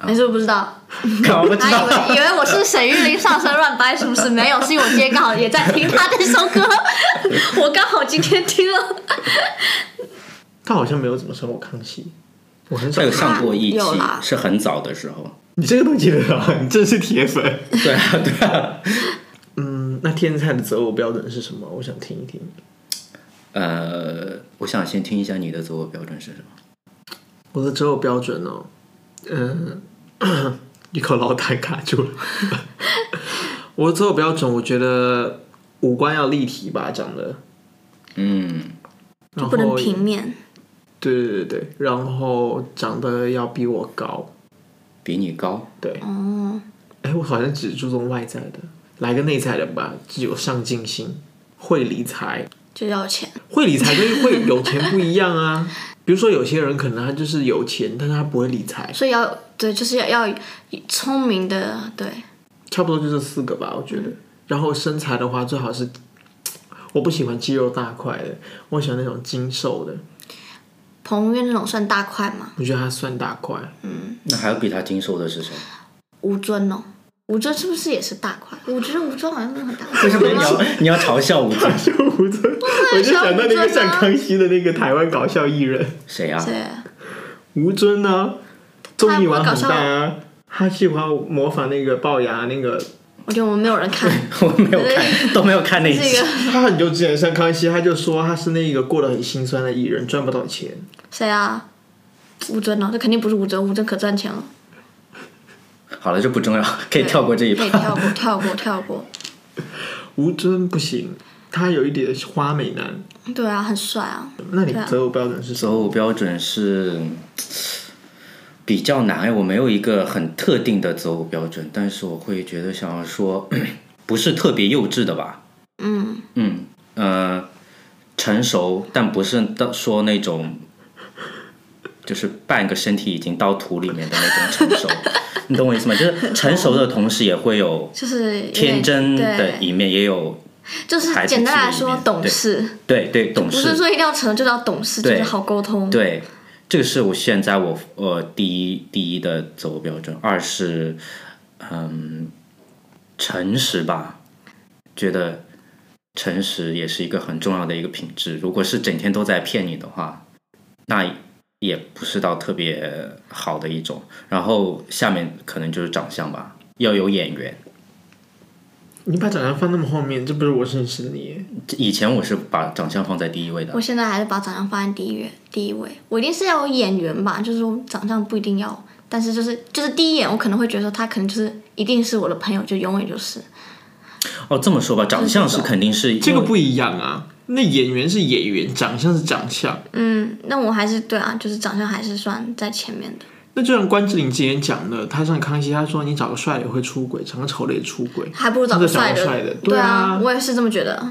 [SPEAKER 3] 啊
[SPEAKER 2] 你是不是不知道？
[SPEAKER 3] 看我不
[SPEAKER 2] 他
[SPEAKER 3] 知
[SPEAKER 2] 以
[SPEAKER 3] 道，
[SPEAKER 2] 为以哎为我是沈玉琳上身乱掰，是不是？没有，是因为我今天刚好也在听她这首歌， 我刚好今天听了。
[SPEAKER 1] 她好像没有怎么上过康熙，我很少
[SPEAKER 3] 他有。上过一期
[SPEAKER 2] 有啦，
[SPEAKER 3] 是很早的时候。
[SPEAKER 1] 你这个都记得啊？ 你真是铁粉。
[SPEAKER 3] 对啊，对啊。
[SPEAKER 1] 嗯，那天菜的择偶标准是什么？我想听一听。
[SPEAKER 3] 呃，我想先听一下你的择偶标准是什么？
[SPEAKER 1] 我的择偶标准呢、嗯， 一口老痰卡住了。 我的择偶标准，我觉得五官要立体吧，长得
[SPEAKER 3] 嗯，
[SPEAKER 2] 就
[SPEAKER 1] 然
[SPEAKER 2] 不能
[SPEAKER 1] 后
[SPEAKER 2] 平面。
[SPEAKER 1] 对对对对，然后长得要比我高，
[SPEAKER 3] 比你高，
[SPEAKER 1] 对，
[SPEAKER 2] 哦，
[SPEAKER 1] 哎，我好像只注重外在的，来个内在的吧，只有上进心，会理财，
[SPEAKER 2] 就要钱。
[SPEAKER 1] 会理财跟会有钱不一样啊。 比如说有些人可能他就是有钱，但是他不会理财，
[SPEAKER 2] 所以要对，就是要要聪明的，对，
[SPEAKER 1] 差不多就这四个吧，我觉得。然后身材的话，最好是，我不喜欢肌肉大块的，我喜欢那种精瘦的，
[SPEAKER 2] 彭于晏那种算大块吗？
[SPEAKER 1] 我觉得他算大块。
[SPEAKER 3] 那还有比他精瘦的是谁？
[SPEAKER 2] 吴尊哦，吴尊是不是也是大块？我觉得吴尊好像没有很大块。
[SPEAKER 3] 为什么你 要你要嘲笑吴尊？
[SPEAKER 1] 就吴尊，我就想到那个像康熙的那个台湾搞笑艺人
[SPEAKER 3] 谁啊？
[SPEAKER 2] 对，
[SPEAKER 1] 吴尊呢，综艺玩
[SPEAKER 2] 他不会
[SPEAKER 1] 很
[SPEAKER 2] 搞笑
[SPEAKER 1] 大啊，他喜欢模仿那个龅牙那个
[SPEAKER 2] 我觉得我们没有人看
[SPEAKER 3] 我没有 看，都没有看那一
[SPEAKER 2] 这
[SPEAKER 3] 集。
[SPEAKER 2] 个
[SPEAKER 1] 他很久之前上康熙，他就说他是那个过得很心酸的艺人，赚不到钱。
[SPEAKER 2] 谁啊？吴尊哦，这肯定不是吴尊，吴尊可赚钱了。
[SPEAKER 3] 好了，这不重要，可以跳过这一
[SPEAKER 2] 可以跳
[SPEAKER 3] 趴。
[SPEAKER 2] 过，跳过，跳过。
[SPEAKER 1] 吴尊不行，他有一点花美男。
[SPEAKER 2] 对啊，很帅啊。
[SPEAKER 1] 那你
[SPEAKER 2] 对啊
[SPEAKER 1] 择偶标准是什
[SPEAKER 3] 择
[SPEAKER 1] 么？
[SPEAKER 3] 偶标准是比较难哎，我没有一个很特定的择偶标准，但是我会觉得想要说，不是特别幼稚的吧？
[SPEAKER 2] 嗯，
[SPEAKER 3] 嗯呃，成熟，但不是到说那种就是半个身体已经到土里面的那种成熟，你懂我意思吗？就是成熟的同时也会有
[SPEAKER 2] 就是有点
[SPEAKER 3] 天真的
[SPEAKER 2] 对
[SPEAKER 3] 一面，也有
[SPEAKER 2] 就是
[SPEAKER 3] 孩子
[SPEAKER 2] 简单来
[SPEAKER 3] 气的一
[SPEAKER 2] 说
[SPEAKER 3] 面
[SPEAKER 2] 懂
[SPEAKER 3] 对
[SPEAKER 2] 事，
[SPEAKER 3] 对对懂
[SPEAKER 2] 不是
[SPEAKER 3] 事
[SPEAKER 2] 说一定要成，就是要懂事，就
[SPEAKER 3] 对
[SPEAKER 2] 是好沟通。
[SPEAKER 3] 对，这个是我现在我呃第一第一的择偶标准，二是嗯诚实吧，觉得诚实也是一个很重要的一个品质。如果是整天都在骗你的话，那也不是到特别好的一种。然后下面可能就是长相吧，要有眼缘。
[SPEAKER 1] 你把长相放那么后面，这不是我认识的你耶。
[SPEAKER 3] 这以前我是把长相放在第一位的
[SPEAKER 2] 我，现在还是把长相放在第一位，第一位。我一定是要有眼缘吧，就是说长相不一定要，但是就是就是第一眼我可能会觉得说他可能就是一定是我的朋友，就永远就是。
[SPEAKER 3] 哦，这么说吧，长相是肯定是
[SPEAKER 1] 这
[SPEAKER 3] 因
[SPEAKER 1] 个
[SPEAKER 3] 为
[SPEAKER 1] 不一样啊，那演员是演员，长相是长相。
[SPEAKER 2] 嗯，那我还是对啊，就是长相还是算在前面的。
[SPEAKER 1] 那就像关之琳之前讲的，他上康熙，他说你找个帅的也会出轨，长得丑的也出轨。
[SPEAKER 2] 还不如找
[SPEAKER 1] 那
[SPEAKER 2] 个
[SPEAKER 1] 就找个
[SPEAKER 2] 帅的。
[SPEAKER 1] 帅的对
[SPEAKER 2] 对
[SPEAKER 1] 啊
[SPEAKER 2] 我也是这么觉得。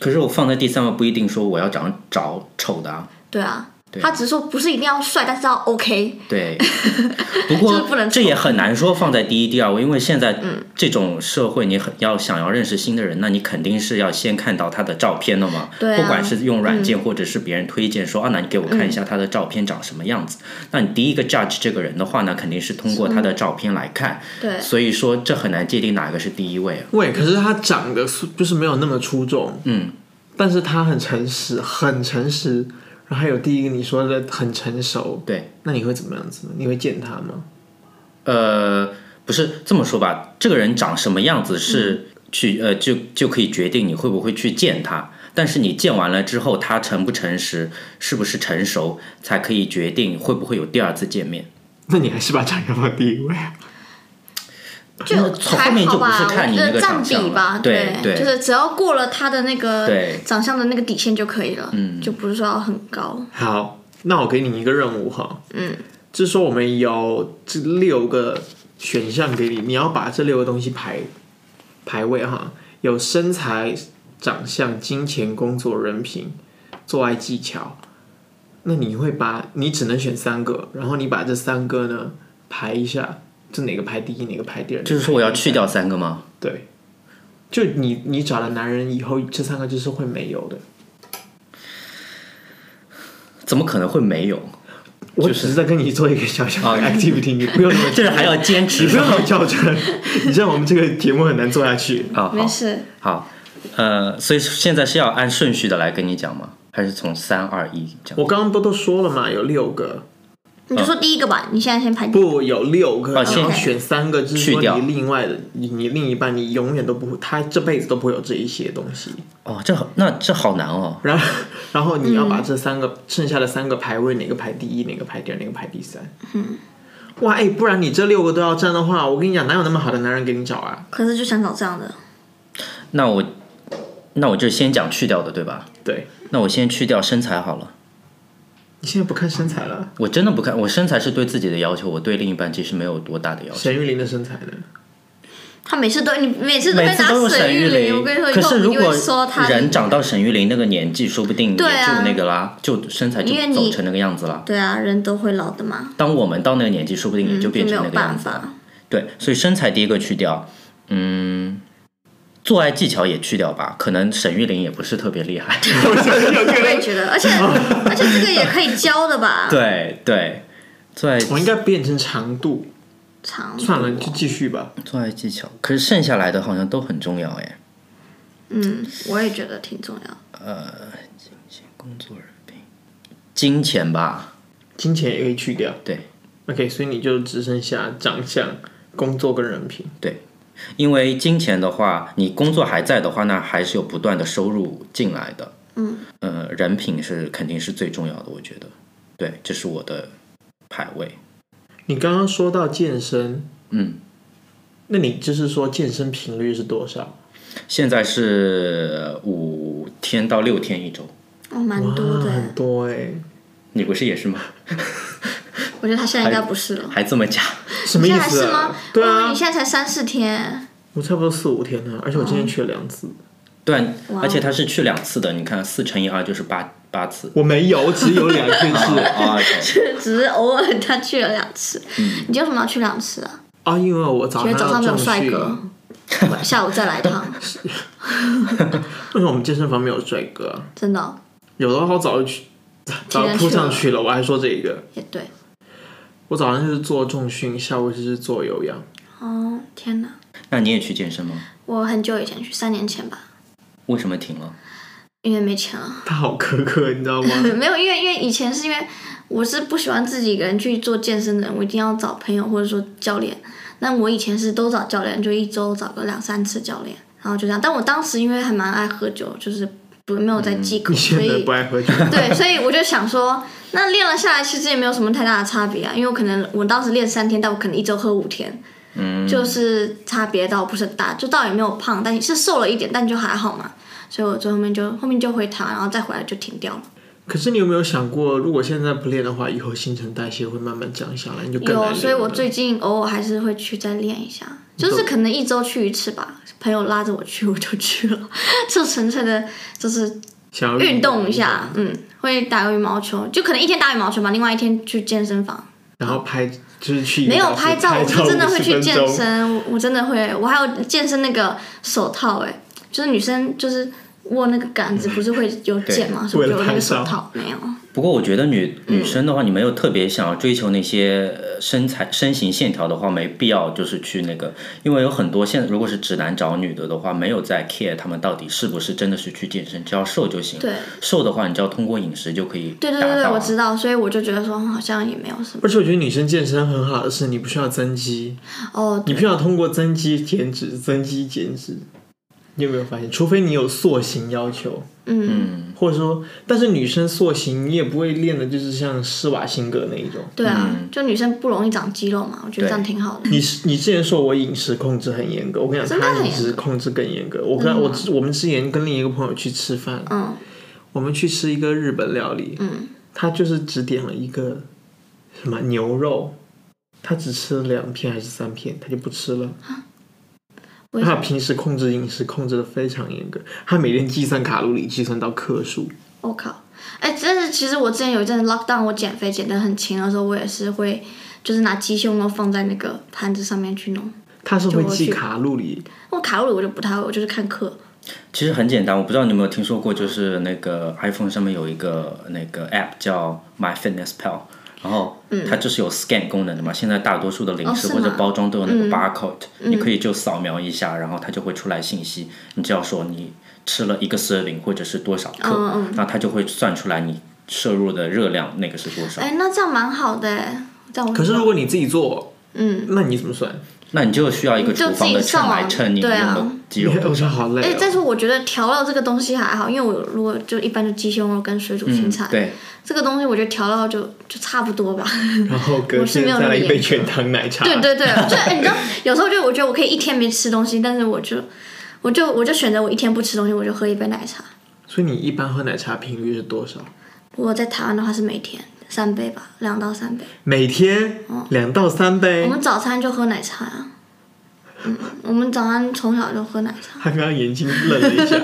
[SPEAKER 3] 可是我放在第三位不一定说我要长找丑的啊，
[SPEAKER 2] 对啊，
[SPEAKER 3] 对
[SPEAKER 2] 他只是说不是一定要帅，但是要 OK。
[SPEAKER 3] 对。不
[SPEAKER 2] 就
[SPEAKER 3] 过
[SPEAKER 2] 是不能嗯
[SPEAKER 3] 这也很难说放在第一、第二位，因为现在这种社会，你很要想要认识新的人，那你肯定是要先看到他的照片的嘛。
[SPEAKER 2] 对啊
[SPEAKER 3] 不管是用软件或者是别人推荐说、啊，那你给我看一下
[SPEAKER 2] 嗯
[SPEAKER 3] 他的照片长什么样子。那你第一个 judge 这个人的话呢，肯定是通过他的照片来看。
[SPEAKER 2] 嗯对，
[SPEAKER 3] 所以说这很难界定哪个是第一位啊。
[SPEAKER 1] 喂，可是他长得是就是没有那么出众，
[SPEAKER 3] 嗯，
[SPEAKER 1] 但是他很诚实，很诚实。然后还有第一个你说的很成熟，
[SPEAKER 3] 对。
[SPEAKER 1] 那你会怎么样子呢？你会见他吗？
[SPEAKER 3] 呃，不是这么说吧，这个人长什么样子是去、呃就就可以决定你会不会去见他。但是你见完了之后，他诚不诚实，是不是成熟，才可以决定会不会有第二次见面。
[SPEAKER 1] 那你还是把长相放第一位啊。
[SPEAKER 2] 就
[SPEAKER 3] 那从后
[SPEAKER 2] 还
[SPEAKER 3] 面
[SPEAKER 2] 好
[SPEAKER 3] 就不
[SPEAKER 2] 吧，
[SPEAKER 3] 是
[SPEAKER 2] 我
[SPEAKER 3] 看你
[SPEAKER 2] 觉
[SPEAKER 3] 那
[SPEAKER 2] 得
[SPEAKER 3] 个
[SPEAKER 2] 占
[SPEAKER 3] 长
[SPEAKER 2] 比
[SPEAKER 3] 相
[SPEAKER 2] 吧
[SPEAKER 3] 了，，对对，
[SPEAKER 2] 就是只要过了他的那个
[SPEAKER 3] 对
[SPEAKER 2] 长相的那个底线就可以了，就不是说要很高。
[SPEAKER 1] 好，那我给你一个任务哈，
[SPEAKER 2] 嗯，
[SPEAKER 1] 就是说我们有这六个选项给你，你要把这六个东西排排位哈，有身材、长相、金钱、工作、人品、做爱技巧。那你会把你只能选三个，然后你把这三个呢排一下，这哪个排第一，哪个排第二？
[SPEAKER 3] 就是说我要去掉三个吗？
[SPEAKER 1] 对，就你你找了男人以后，这三个就是会没有的。
[SPEAKER 3] 怎么可能会没有？
[SPEAKER 1] 我只是在跟你做一个小小的
[SPEAKER 3] 啊
[SPEAKER 1] activity，你不用那么
[SPEAKER 3] 这还要坚
[SPEAKER 1] 你
[SPEAKER 3] 持
[SPEAKER 1] 不要
[SPEAKER 3] 吗？
[SPEAKER 1] 那么较真， 你知道我们这个节目很难做下去。
[SPEAKER 3] 啊，
[SPEAKER 2] 没
[SPEAKER 3] 好
[SPEAKER 2] 事，
[SPEAKER 3] 好，呃，所以现在是要按顺序的来跟你讲吗？还是从三二一讲？
[SPEAKER 1] 我刚刚不都说了嘛，有六个，
[SPEAKER 2] 你就
[SPEAKER 3] 嗯
[SPEAKER 2] 说第一个吧，你现在先排第一个。
[SPEAKER 1] 不有六个，
[SPEAKER 3] 啊
[SPEAKER 1] 然后
[SPEAKER 2] 先
[SPEAKER 1] 选三个，就是说
[SPEAKER 3] 去掉
[SPEAKER 1] 你另外的，你你另一半，你永远都不会，他这辈子都不会有这一些东西。
[SPEAKER 3] 哦，这好，那这好难哦。
[SPEAKER 1] 然后，然后你要把这三个、剩下的三个排位，哪个排第一，哪个排第二，哪个排第三。
[SPEAKER 3] 嗯
[SPEAKER 1] 哇，哎，不然你这六个都要占的话，我跟你讲，哪有那么好的男人给你找啊？
[SPEAKER 2] 可是就想找这样的，
[SPEAKER 3] 那我那我就先讲去掉的，对吧？
[SPEAKER 1] 对，
[SPEAKER 3] 那我先去掉身材好了。
[SPEAKER 1] 你现在不看身材了，
[SPEAKER 3] 我真的不看，我身材是对自己的要求，我对另一半其实没有多大的要求。
[SPEAKER 1] 沈玉琳的身材呢？
[SPEAKER 2] 他每次都你每次都
[SPEAKER 3] 每
[SPEAKER 2] 被
[SPEAKER 3] 次
[SPEAKER 2] 拿
[SPEAKER 3] 都用
[SPEAKER 2] 沈
[SPEAKER 3] 沈玉
[SPEAKER 2] 琳，我跟你说，以
[SPEAKER 3] 可
[SPEAKER 2] 后
[SPEAKER 3] 是如
[SPEAKER 2] 你就
[SPEAKER 3] 果
[SPEAKER 2] 会说他
[SPEAKER 3] 人长到沈玉琳那个年纪，说不定也就
[SPEAKER 2] 对啊
[SPEAKER 3] 那个啦，就身材就
[SPEAKER 2] 因为你
[SPEAKER 3] 走成那个样子啦。
[SPEAKER 2] 对啊，人都会老的嘛，
[SPEAKER 3] 当我们到那个年纪，说不定也
[SPEAKER 2] 嗯
[SPEAKER 3] 就变
[SPEAKER 2] 没
[SPEAKER 3] 成
[SPEAKER 2] 有
[SPEAKER 3] 那个样
[SPEAKER 2] 办
[SPEAKER 3] 子了。
[SPEAKER 2] 法。
[SPEAKER 3] 对，所以身材第一个去掉，嗯，做爱技巧也去掉吧，可能沈玉琳也不是特别厉 害。
[SPEAKER 2] 我也觉得， 而且而且这个也可以教的吧？
[SPEAKER 3] 对对，做爱
[SPEAKER 1] 我应该变成长度，
[SPEAKER 2] 长
[SPEAKER 1] 算了，你就继续吧。
[SPEAKER 3] 做爱技巧，可是剩下来的好像都很重要哎。
[SPEAKER 2] 嗯，我也觉得挺重要。
[SPEAKER 3] 工作人品，金钱吧，
[SPEAKER 1] 金钱也可以去掉。
[SPEAKER 3] 对
[SPEAKER 1] ，OK，所以你就只剩下长相、工作跟人品。
[SPEAKER 3] 因为金钱的话，你工作还在的话，那还是有不断的收入进来的。
[SPEAKER 2] 嗯，
[SPEAKER 3] 呃，人品是肯定是最重要的，我觉得。对，这是我的排位。
[SPEAKER 1] 你刚刚说到健身，
[SPEAKER 3] 嗯，
[SPEAKER 1] 那你就是说健身频率是多少？
[SPEAKER 3] 现在是五天到六天一周，
[SPEAKER 2] 哦，蛮多
[SPEAKER 1] 哇
[SPEAKER 2] 的
[SPEAKER 1] 很
[SPEAKER 2] 耶。
[SPEAKER 1] 多哎、
[SPEAKER 3] 你不是也是吗？
[SPEAKER 2] 我觉得他现在应该不是了。
[SPEAKER 3] 还这么假？
[SPEAKER 1] 什么
[SPEAKER 2] 你
[SPEAKER 1] 意
[SPEAKER 2] 现在还
[SPEAKER 1] 思、
[SPEAKER 2] 是
[SPEAKER 1] 啊
[SPEAKER 2] 吗？？
[SPEAKER 1] 对
[SPEAKER 2] 哦
[SPEAKER 1] 啊
[SPEAKER 2] 你，现在才三四天，
[SPEAKER 1] 我差不多四五天了，而且我今天去了两次。
[SPEAKER 3] 对，
[SPEAKER 2] 哇
[SPEAKER 3] 而且他是去两次的，你看四乘以二就是八八次。
[SPEAKER 1] 我没有，我只有两天 去
[SPEAKER 3] 啊，
[SPEAKER 2] 只是偶尔他去了两次。
[SPEAKER 3] 嗯
[SPEAKER 2] 你为什么要去两次啊？
[SPEAKER 1] 啊，因为我早
[SPEAKER 2] 因为
[SPEAKER 1] 上
[SPEAKER 2] 早上没
[SPEAKER 1] 要
[SPEAKER 2] 有
[SPEAKER 1] 重
[SPEAKER 2] 帅
[SPEAKER 1] 训，
[SPEAKER 2] 哥， 晚下午再来一趟，
[SPEAKER 1] 为什么我们健身房没有帅哥啊？
[SPEAKER 2] 真的哦
[SPEAKER 1] 有的话我早就去，早就扑上去了。我还说这个，
[SPEAKER 2] 也对。
[SPEAKER 1] 我早上就是做重训，下午就是做有氧。
[SPEAKER 2] 哦，天哪！
[SPEAKER 3] 那你也去健身吗？
[SPEAKER 2] 我很久以前去，三年前吧，
[SPEAKER 3] 为什么停了？
[SPEAKER 2] 因为没钱了。
[SPEAKER 1] 他好苛刻，你知道吗？
[SPEAKER 2] 没有，因为因为以前是因为我是不喜欢自己一个人去做健身的人，我一定要找朋友或者说教练。那我以前是都找教练，就一周找个两三次教练，然后就这样。但我当时因为还蛮爱喝酒，就是不没有在忌口，
[SPEAKER 1] 嗯你
[SPEAKER 2] 所
[SPEAKER 1] 现在
[SPEAKER 2] 以
[SPEAKER 1] 不爱喝酒，
[SPEAKER 2] 对，所以我就想说，那练了下来其实也没有什么太大的差别啊，因为我可能我当时练三天，但我可能一周喝五天，
[SPEAKER 3] 嗯，
[SPEAKER 2] 就是差别倒不是很大，就倒也没有胖，但是瘦了一点，但就还好嘛。所以我最后面就后面就回堂，然后再回来就停掉了。
[SPEAKER 1] 可是你有没有想过，如果现在不练的话，以后新陈代谢会慢慢降下来，你就更难练
[SPEAKER 2] 有，
[SPEAKER 1] 了
[SPEAKER 2] 所以我最近偶尔还是会去再练一下，就是可能一周去一次吧。朋友拉着我去，我就去了， 就纯粹的就是
[SPEAKER 1] 想要
[SPEAKER 2] 运动一，下，嗯，会打个羽毛球，就可能一天打羽毛球吧，另外一天去健身房。
[SPEAKER 1] 然后拍就是去一个
[SPEAKER 2] 没有
[SPEAKER 1] 小时
[SPEAKER 2] 拍照，我
[SPEAKER 1] 照
[SPEAKER 2] 是真的会去
[SPEAKER 1] 50
[SPEAKER 2] 健
[SPEAKER 1] 分钟。
[SPEAKER 2] 身，我我真的会，我还有健身那个手套、哎，就是女生就是握那个杆子，不是会有茧吗？所以我就有那个手套没有。
[SPEAKER 3] 不过我觉得女
[SPEAKER 2] 嗯
[SPEAKER 3] 女生的话，你没有特别想要追求那些呃身材、身形线条的话，没必要就是去那个，因为有很多现如果是直男找女的的话，没有在 care 他们到底是不是真的是去健身，只要瘦就行。
[SPEAKER 2] 对，
[SPEAKER 3] 瘦的话，你只要通过饮食就可以
[SPEAKER 2] 对对
[SPEAKER 3] 达
[SPEAKER 2] 对对，
[SPEAKER 3] 到
[SPEAKER 2] 我
[SPEAKER 3] 啊
[SPEAKER 2] 知道，所以我就觉得说好像也没有什么
[SPEAKER 1] 而且我觉得女生健身很好的是，你不需要增肌，
[SPEAKER 2] 哦，
[SPEAKER 1] 你不需要通过增肌减脂、增肌减脂。你有没有发现？除非你有塑形要求，
[SPEAKER 2] 嗯
[SPEAKER 3] 嗯，
[SPEAKER 1] 或者说，但是女生塑形你也不会练的，就是像施瓦辛格那一种。
[SPEAKER 2] 对啊，就女生不容易长肌肉嘛，我觉得
[SPEAKER 3] 对
[SPEAKER 2] 这样挺好 的。
[SPEAKER 1] 你是你之前说我饮食控制很严格，我跟你讲，
[SPEAKER 2] 真的
[SPEAKER 1] 他
[SPEAKER 2] 很
[SPEAKER 1] 饮食控制更严格。我跟他我我们之前跟另一个朋友去吃饭，
[SPEAKER 2] 嗯
[SPEAKER 1] 我们去吃一个日本料理，
[SPEAKER 2] 嗯，
[SPEAKER 1] 他就是只点了一个什么牛肉，他只吃了两片还是三片，他就不吃了。
[SPEAKER 2] 为什
[SPEAKER 1] 他
[SPEAKER 2] 么？
[SPEAKER 1] 平时控制饮食控制的非常严格，他每天计算卡路里，计算到克数。
[SPEAKER 2] 我靠！哎，但是其实我之前有一阵子 lockdown，我减肥减得很勤的时候，我也是会就是拿鸡胸肉放在那个盘子上面去弄。
[SPEAKER 1] 他是会
[SPEAKER 2] 就我
[SPEAKER 1] 记
[SPEAKER 2] 去
[SPEAKER 1] 卡路里，
[SPEAKER 2] 我卡路里我就不太会，我就是看课。
[SPEAKER 3] 其实很简单，我不知道你有没有听说过，就是那个 iPhone 上面有一个那个 App 叫 My Fitness
[SPEAKER 2] 嗯
[SPEAKER 3] Pal，然后它就是有 scan 功能的嘛。现在大多数的零食
[SPEAKER 2] 哦是
[SPEAKER 3] 或者
[SPEAKER 2] 吗嗯
[SPEAKER 3] 包装都有那个 barcode，、你可以就扫描一下，然后它就会出来信息，你只要说你吃了一个 serving 或者是多少克，
[SPEAKER 2] 嗯嗯
[SPEAKER 3] 那它就会算出来你摄入的热量那个是多少。
[SPEAKER 2] 哎，那这样蛮好的哎，这样我
[SPEAKER 1] 可是如果你自己做，
[SPEAKER 2] 嗯，
[SPEAKER 1] 那你怎么算？
[SPEAKER 3] 那你就需要一个
[SPEAKER 2] 你就
[SPEAKER 3] 厨房
[SPEAKER 2] 自
[SPEAKER 3] 的
[SPEAKER 2] 己
[SPEAKER 3] 秤
[SPEAKER 2] 上网
[SPEAKER 3] 来称你用
[SPEAKER 2] 对啊
[SPEAKER 3] 的 肌 肉
[SPEAKER 1] 我
[SPEAKER 3] 多
[SPEAKER 1] 说
[SPEAKER 3] 少。
[SPEAKER 1] 好累、
[SPEAKER 2] 哎，但
[SPEAKER 1] 哦。
[SPEAKER 2] 是我觉得调料这个东西还好，因为我如果就一般就鸡胸肉跟水煮青
[SPEAKER 3] 嗯
[SPEAKER 2] 菜，，
[SPEAKER 3] 对，
[SPEAKER 2] 这个东西我觉得调料就就差不多吧。
[SPEAKER 1] 然后隔
[SPEAKER 2] 我是
[SPEAKER 1] 天
[SPEAKER 2] 没有
[SPEAKER 1] 再来
[SPEAKER 2] 那么
[SPEAKER 1] 一杯
[SPEAKER 2] 严
[SPEAKER 1] 全糖奶茶。
[SPEAKER 2] 对对对，就哎你知道，有时候就我觉得我可以一天没吃东西，但是我就我就我就选择我一天不吃东西，我就喝一杯奶茶。
[SPEAKER 1] 所以你一般喝奶茶频率是多少？
[SPEAKER 2] 如果在台湾的话是每天三杯吧，两到三杯。
[SPEAKER 1] 每天两到三
[SPEAKER 2] 我
[SPEAKER 1] 杯。
[SPEAKER 2] 们早餐就喝奶茶啊，嗯，我们早上从小就喝奶茶。
[SPEAKER 1] 他刚刚眼睛愣了 一下，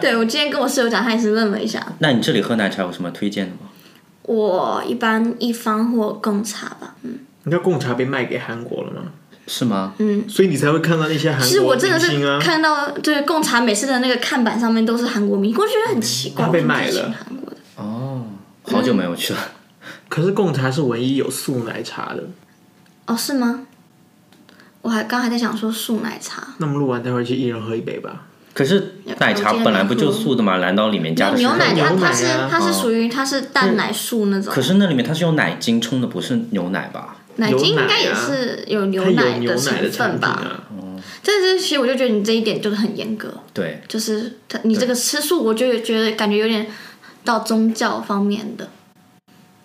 [SPEAKER 2] 对我今天跟我室友讲，他也是愣了一下。
[SPEAKER 3] 那你这里喝奶茶有什么推荐的吗？
[SPEAKER 2] 我一般一方或贡茶吧，嗯
[SPEAKER 1] 你知道贡茶被卖给韩国了吗？
[SPEAKER 3] 是吗？
[SPEAKER 2] 嗯。
[SPEAKER 1] 所以你才会看到那些韩
[SPEAKER 2] 其实
[SPEAKER 1] 国
[SPEAKER 2] 我真
[SPEAKER 1] 明
[SPEAKER 2] 的
[SPEAKER 1] 星
[SPEAKER 2] 是
[SPEAKER 1] 啊。
[SPEAKER 2] 看到，就是贡茶每次的那个看板上面都是韩国名，我觉得很奇怪，
[SPEAKER 1] 嗯他被
[SPEAKER 2] 为什么
[SPEAKER 1] 卖
[SPEAKER 2] 只请
[SPEAKER 1] 了
[SPEAKER 2] 韩国的
[SPEAKER 3] 哦，好久没有去了。
[SPEAKER 1] 可是贡茶是唯一有素奶茶的。
[SPEAKER 2] 哦，是吗？我还刚还在想说素奶茶，
[SPEAKER 1] 那么录完待会儿去一人喝一杯吧。
[SPEAKER 3] 可是奶茶本来不就素的吗？难道里面加的是
[SPEAKER 2] 牛奶
[SPEAKER 1] 牛
[SPEAKER 2] 它
[SPEAKER 1] 奶啊
[SPEAKER 2] 它是它是属于它是淡奶素那种
[SPEAKER 3] 可，是那里面它是用奶精冲的，不是牛奶吧？
[SPEAKER 2] 奶
[SPEAKER 1] 有
[SPEAKER 2] 精
[SPEAKER 1] 奶啊
[SPEAKER 2] 应该也是有牛
[SPEAKER 1] 它有
[SPEAKER 2] 奶
[SPEAKER 1] 牛奶
[SPEAKER 2] 成
[SPEAKER 1] 的产品
[SPEAKER 2] 分吧？
[SPEAKER 1] 啊，
[SPEAKER 2] 但是其实我就觉得你这一点就是很严格，
[SPEAKER 3] 对，
[SPEAKER 2] 就是它你这个吃素，我就觉得感觉有点到宗教方面的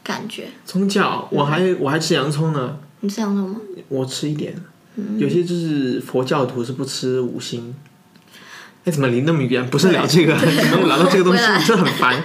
[SPEAKER 2] 感觉。
[SPEAKER 1] 宗教，我还我还吃洋葱呢，
[SPEAKER 2] 你是想什么？
[SPEAKER 1] 我吃一点。有些就是佛教徒是不吃五星。哎，怎么离那么远？不是聊这个，怎么聊到这个 东西
[SPEAKER 2] 回来？
[SPEAKER 1] 这很烦。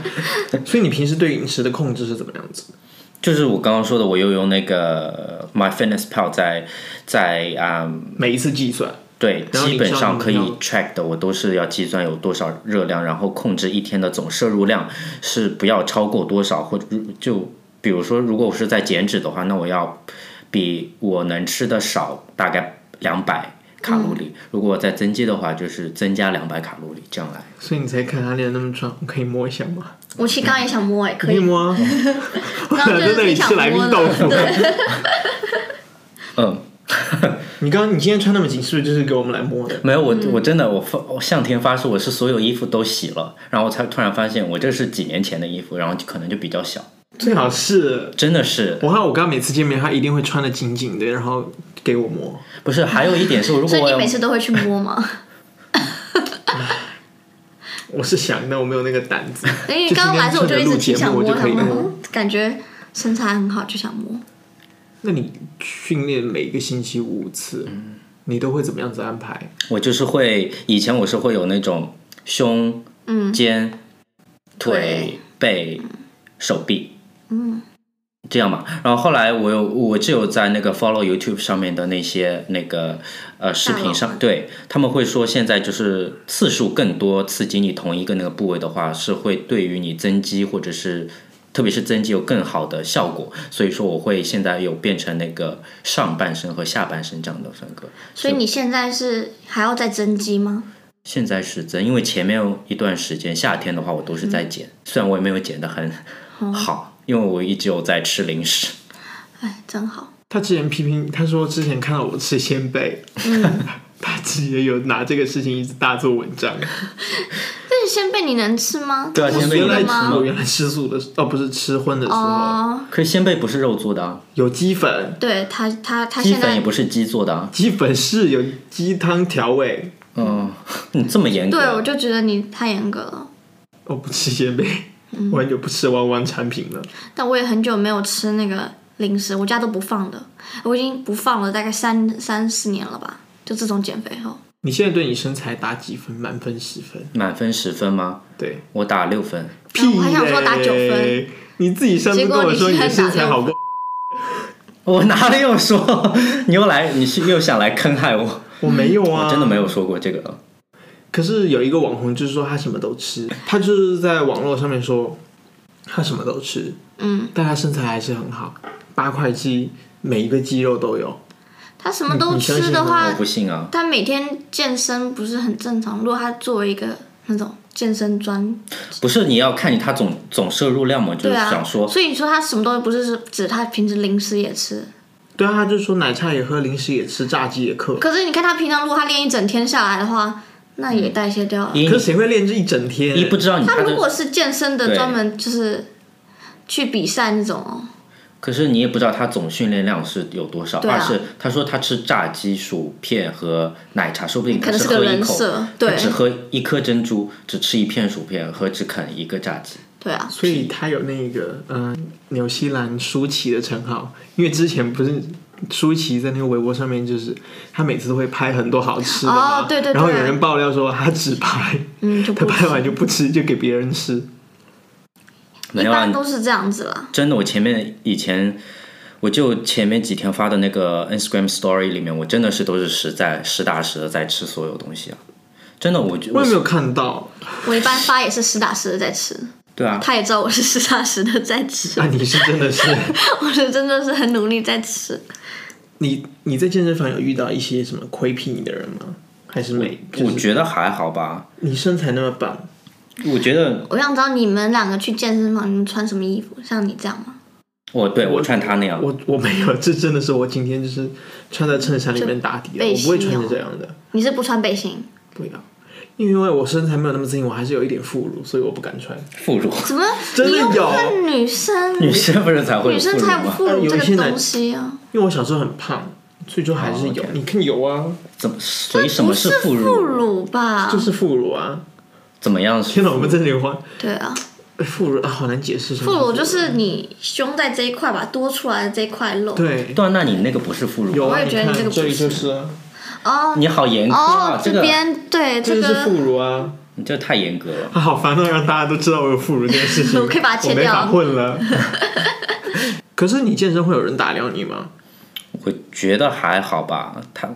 [SPEAKER 1] 所以你平时对饮食的控制是怎么样子的？
[SPEAKER 3] 就是我刚刚说的，我又用那个 My Fitness Pal 在在啊、
[SPEAKER 1] 每一次计算，
[SPEAKER 3] 对，
[SPEAKER 1] 然后
[SPEAKER 3] 基
[SPEAKER 1] 你
[SPEAKER 3] 本
[SPEAKER 1] 知道
[SPEAKER 3] 上
[SPEAKER 1] 你
[SPEAKER 3] 可以
[SPEAKER 1] 要
[SPEAKER 3] track 的，我都是要计算有多少热量，然后控制一天的总摄入量是不要超过多少，或者就比如说，如果我是在减脂的话，那我要比我能吃的少大概两百卡路里；如果我在增肌的话，就是增加两百卡路里这样来。
[SPEAKER 1] 所以你才看他练得那么壮，我可以摸一下吗？
[SPEAKER 2] 我其实刚刚也想摸哎，可
[SPEAKER 1] 可以
[SPEAKER 2] 以，
[SPEAKER 1] 摸 啊。
[SPEAKER 2] 刚刚
[SPEAKER 1] 在
[SPEAKER 2] 就是
[SPEAKER 1] 那
[SPEAKER 2] 挺
[SPEAKER 1] 里
[SPEAKER 2] 想
[SPEAKER 1] 吃来宾
[SPEAKER 2] 摸
[SPEAKER 1] 豆腐
[SPEAKER 2] 的，对。
[SPEAKER 3] 嗯，
[SPEAKER 1] 你刚刚你今天穿那么紧，是不是就是给我们来摸的？
[SPEAKER 3] 没有，我
[SPEAKER 2] 嗯
[SPEAKER 3] 我真的我发我向天发誓，我是所有衣服都洗了，然后我才突然发现我这是几年前的衣服，然后就可能就比较小，
[SPEAKER 1] 最好是，
[SPEAKER 3] 真的是
[SPEAKER 1] 我看我刚每次见面，他一定会穿的紧紧的，然后给我摸。
[SPEAKER 3] 不是？还有一点是，如
[SPEAKER 2] 所
[SPEAKER 3] 果
[SPEAKER 2] 以
[SPEAKER 3] 我
[SPEAKER 2] 你
[SPEAKER 3] 要
[SPEAKER 2] 每次都会去摸吗？
[SPEAKER 1] 我是想，但我没有那个胆子。
[SPEAKER 2] 因为刚刚来的时候我就一直挺想摸，
[SPEAKER 1] 就今
[SPEAKER 2] 想
[SPEAKER 1] 天趁着录节目我就可以
[SPEAKER 2] 摸
[SPEAKER 1] 摸，
[SPEAKER 2] 感觉身材很好就想摸。
[SPEAKER 1] 那你训练每个星期五次，你都会怎么样子安排？
[SPEAKER 3] 我就是会，以前我是会有那种胸、
[SPEAKER 2] 嗯
[SPEAKER 3] 肩、腿
[SPEAKER 2] 腿、
[SPEAKER 3] 背、手臂
[SPEAKER 2] 嗯，
[SPEAKER 3] 这样嘛。然后后来我有，我就有在那个 follow YouTube 上面的那些那个呃视
[SPEAKER 2] 大佬
[SPEAKER 3] 频上，
[SPEAKER 2] 们
[SPEAKER 3] 对他们会说，现在就是次数更多刺激你同一个那个部位的话，是会对于你增肌或者是。特别是增肌有更好的效果，所以说我会现在有变成那个上半身和下半身这样的分割。
[SPEAKER 2] 所以你现在是还要再增肌吗？
[SPEAKER 3] 现在是增，因为前面有一段时间夏天的话，我都是在
[SPEAKER 2] 嗯
[SPEAKER 3] 减，虽然我也没有减的很
[SPEAKER 2] 哦
[SPEAKER 3] 好，因为我一直有在吃零食。
[SPEAKER 2] 哎，真好。
[SPEAKER 1] 他之前批评，他说之前看到我吃鲜贝，
[SPEAKER 2] 嗯
[SPEAKER 1] 他自己也有拿这个事情一直大做文章。
[SPEAKER 2] 但是先贝你能吃吗？
[SPEAKER 3] 对啊
[SPEAKER 2] 这
[SPEAKER 1] 我
[SPEAKER 2] 是
[SPEAKER 3] 鲜贝
[SPEAKER 1] 原
[SPEAKER 3] 你
[SPEAKER 1] 来
[SPEAKER 3] 能
[SPEAKER 2] 真的
[SPEAKER 3] 吃吗
[SPEAKER 1] 我
[SPEAKER 2] 吗？
[SPEAKER 1] 原来吃素的时候，哦，不是吃荤的时候，
[SPEAKER 2] 哦，
[SPEAKER 3] 可是鲜贝不是肉做的啊，
[SPEAKER 1] 有鸡粉，
[SPEAKER 2] 对他他他
[SPEAKER 3] 鸡
[SPEAKER 2] 现
[SPEAKER 3] 粉也
[SPEAKER 2] 在
[SPEAKER 3] 不是鸡做的啊。
[SPEAKER 1] 鸡粉是有鸡汤调味。
[SPEAKER 3] 嗯， 你这么严格，
[SPEAKER 2] 对哦我就觉得你太严格了。
[SPEAKER 1] 我哦不吃鲜贝，
[SPEAKER 2] 嗯
[SPEAKER 1] 我很久不吃弯弯产品了。
[SPEAKER 2] 但我也很久没有吃那个零食，我家都不放的，我已经不放了大概三三四年了吧，就自从减肥后。
[SPEAKER 1] 你现在对你身材打几分？满分十分？
[SPEAKER 3] 满分十分吗？
[SPEAKER 1] 对，
[SPEAKER 3] 我打六分，
[SPEAKER 1] 屁、嘞！
[SPEAKER 2] 我还想说打九分。
[SPEAKER 1] 你自己上次
[SPEAKER 2] 结
[SPEAKER 1] 跟
[SPEAKER 2] 果
[SPEAKER 1] 我
[SPEAKER 2] 你
[SPEAKER 1] 说
[SPEAKER 2] 现
[SPEAKER 1] 的
[SPEAKER 2] 在
[SPEAKER 1] 身
[SPEAKER 2] 打
[SPEAKER 1] 材
[SPEAKER 2] 六
[SPEAKER 1] 好过
[SPEAKER 2] 分，
[SPEAKER 3] 我哪里有说？ 你又来，你是又想来坑害我？
[SPEAKER 1] 我没有啊，
[SPEAKER 3] 我真的没有说过这个。
[SPEAKER 1] 可是有一个网红就是说他什么都吃，他就是在网络上面说他什么都吃，
[SPEAKER 2] 嗯，
[SPEAKER 1] 但他身材还是很好，八块肌，每一个肌肉都有。
[SPEAKER 2] 他什么都
[SPEAKER 1] 你相信
[SPEAKER 2] 吃的
[SPEAKER 1] 吗
[SPEAKER 2] 话
[SPEAKER 3] 我，不信啊！
[SPEAKER 2] 他每天健身不是很正常？如果他作为一个那种健身专，
[SPEAKER 3] 不是你要看你它总总摄入量嘛，就是
[SPEAKER 2] 对啊，
[SPEAKER 3] 想说
[SPEAKER 2] 所以你说他什么都不是，是指他平时零食也吃。
[SPEAKER 1] 对啊，他就说奶茶也喝，零食也吃，炸鸡也嗑。
[SPEAKER 2] 可是你看他平常，如果他练一整天下来的话，那也代谢掉了。
[SPEAKER 3] 一、
[SPEAKER 1] 可是谁会练这一整天？
[SPEAKER 3] 一不知道你
[SPEAKER 2] 他
[SPEAKER 3] 它
[SPEAKER 2] 如
[SPEAKER 3] 的
[SPEAKER 2] 果是健身的，
[SPEAKER 3] 对
[SPEAKER 2] 专门就是去比赛那种哦，
[SPEAKER 3] 可是你也不知道他总训练量是有多少，
[SPEAKER 2] 对啊
[SPEAKER 3] 二是他说他吃炸鸡、薯片和奶茶，说不定
[SPEAKER 2] 可
[SPEAKER 3] 他
[SPEAKER 2] 能
[SPEAKER 3] 是
[SPEAKER 2] 是个
[SPEAKER 3] 喝一
[SPEAKER 2] 人
[SPEAKER 3] 口，
[SPEAKER 2] 设。
[SPEAKER 3] 他
[SPEAKER 2] 对
[SPEAKER 3] 只喝一颗珍珠，只吃一片薯片和只啃一个炸鸡。
[SPEAKER 2] 对啊，
[SPEAKER 1] 所以他有那个嗯、呃纽西兰舒淇的称号，因为之前不是舒淇在那个微博上面，就是她每次都会拍很多好吃的
[SPEAKER 2] 哦
[SPEAKER 1] 嘛，
[SPEAKER 2] 对对对
[SPEAKER 1] 然后有人爆料说她只拍，
[SPEAKER 2] 嗯，就
[SPEAKER 1] 她
[SPEAKER 2] 不
[SPEAKER 1] 拍完就不吃，就给别人吃。
[SPEAKER 2] 一
[SPEAKER 3] 没有啊
[SPEAKER 2] 般，都是这样子啦。
[SPEAKER 3] 真的，我前面以前，我就前面几天发的那个 Instagram Story 里面，我真的是都是实在实打实的在吃所有东西啊，真的，我就
[SPEAKER 1] 我也没有看到
[SPEAKER 2] 我一般发也是实打实的在吃，
[SPEAKER 3] 对啊，
[SPEAKER 2] 他也知道我是实打实的在吃
[SPEAKER 1] 啊，，你是真的是
[SPEAKER 2] 我是真的是很努力在吃。
[SPEAKER 1] 你你在健身房有遇到一些什么亏批你的人吗？还是没？就
[SPEAKER 3] 我
[SPEAKER 1] 是
[SPEAKER 3] 觉得还好吧，
[SPEAKER 1] 你身材那么棒，
[SPEAKER 3] 我觉得
[SPEAKER 2] 我想知道你们两个去健身房，你们穿什么衣服？像你这样吗？
[SPEAKER 3] 我对我穿他那样，
[SPEAKER 1] 我我没有， 这真的是我今天就是穿在衬衫里面打底的，啊
[SPEAKER 2] 背
[SPEAKER 1] 我不会
[SPEAKER 2] 心
[SPEAKER 1] 穿成
[SPEAKER 2] 哦
[SPEAKER 1] 这样的，
[SPEAKER 2] 你是不穿背心？
[SPEAKER 1] 不要。因为我身材没有那么自信，我还是有一点副乳，所以我不敢穿。
[SPEAKER 3] 副乳，
[SPEAKER 2] 怎么？
[SPEAKER 1] 真的
[SPEAKER 2] 你又
[SPEAKER 1] 有
[SPEAKER 2] 不是女生，
[SPEAKER 3] 女生不是才会
[SPEAKER 2] 女
[SPEAKER 3] 有
[SPEAKER 2] 生
[SPEAKER 3] 副
[SPEAKER 2] 才
[SPEAKER 3] 乳
[SPEAKER 2] 有
[SPEAKER 3] 吗？
[SPEAKER 2] 副乳
[SPEAKER 1] 有
[SPEAKER 2] 这
[SPEAKER 1] 一些
[SPEAKER 2] 个
[SPEAKER 1] 男
[SPEAKER 2] 东西啊，
[SPEAKER 1] 因为我小时候很胖，所以就还是有。
[SPEAKER 3] 哦，OK
[SPEAKER 1] 你看有啊，
[SPEAKER 3] 怎么？所以什么
[SPEAKER 2] 不是
[SPEAKER 3] 副
[SPEAKER 2] 副乳吧？
[SPEAKER 1] 就是副乳啊。
[SPEAKER 3] 怎么样？
[SPEAKER 1] 天哪，我们这里话
[SPEAKER 2] 对啊，
[SPEAKER 1] 副乳啊，好难解释什么
[SPEAKER 2] 副
[SPEAKER 1] 是
[SPEAKER 2] 乳就是你胸在这一块吧，多出来的这一块肉。
[SPEAKER 1] 对，
[SPEAKER 3] 对啊，那你那个不是副乳
[SPEAKER 1] 有
[SPEAKER 3] 啊，
[SPEAKER 1] 啊，
[SPEAKER 2] 我也
[SPEAKER 1] 你
[SPEAKER 2] 觉得
[SPEAKER 1] 看
[SPEAKER 2] 这个不
[SPEAKER 1] 这里
[SPEAKER 2] 是
[SPEAKER 1] 就是啊，
[SPEAKER 2] 哦
[SPEAKER 3] 你好严苛啊
[SPEAKER 2] 哦，，
[SPEAKER 3] 这
[SPEAKER 2] 这
[SPEAKER 3] 个
[SPEAKER 2] 边对
[SPEAKER 1] 这
[SPEAKER 2] 这
[SPEAKER 1] 就是
[SPEAKER 2] 个
[SPEAKER 1] 副乳啊。
[SPEAKER 3] 你这太严格了。
[SPEAKER 1] 啊，好烦恼，让大家都知道我有副乳这件事情，
[SPEAKER 2] 我可以把它切
[SPEAKER 1] 我没法
[SPEAKER 2] 掉
[SPEAKER 1] 混 了。可是你健身会有人打量你吗？
[SPEAKER 3] 我觉得还好吧，他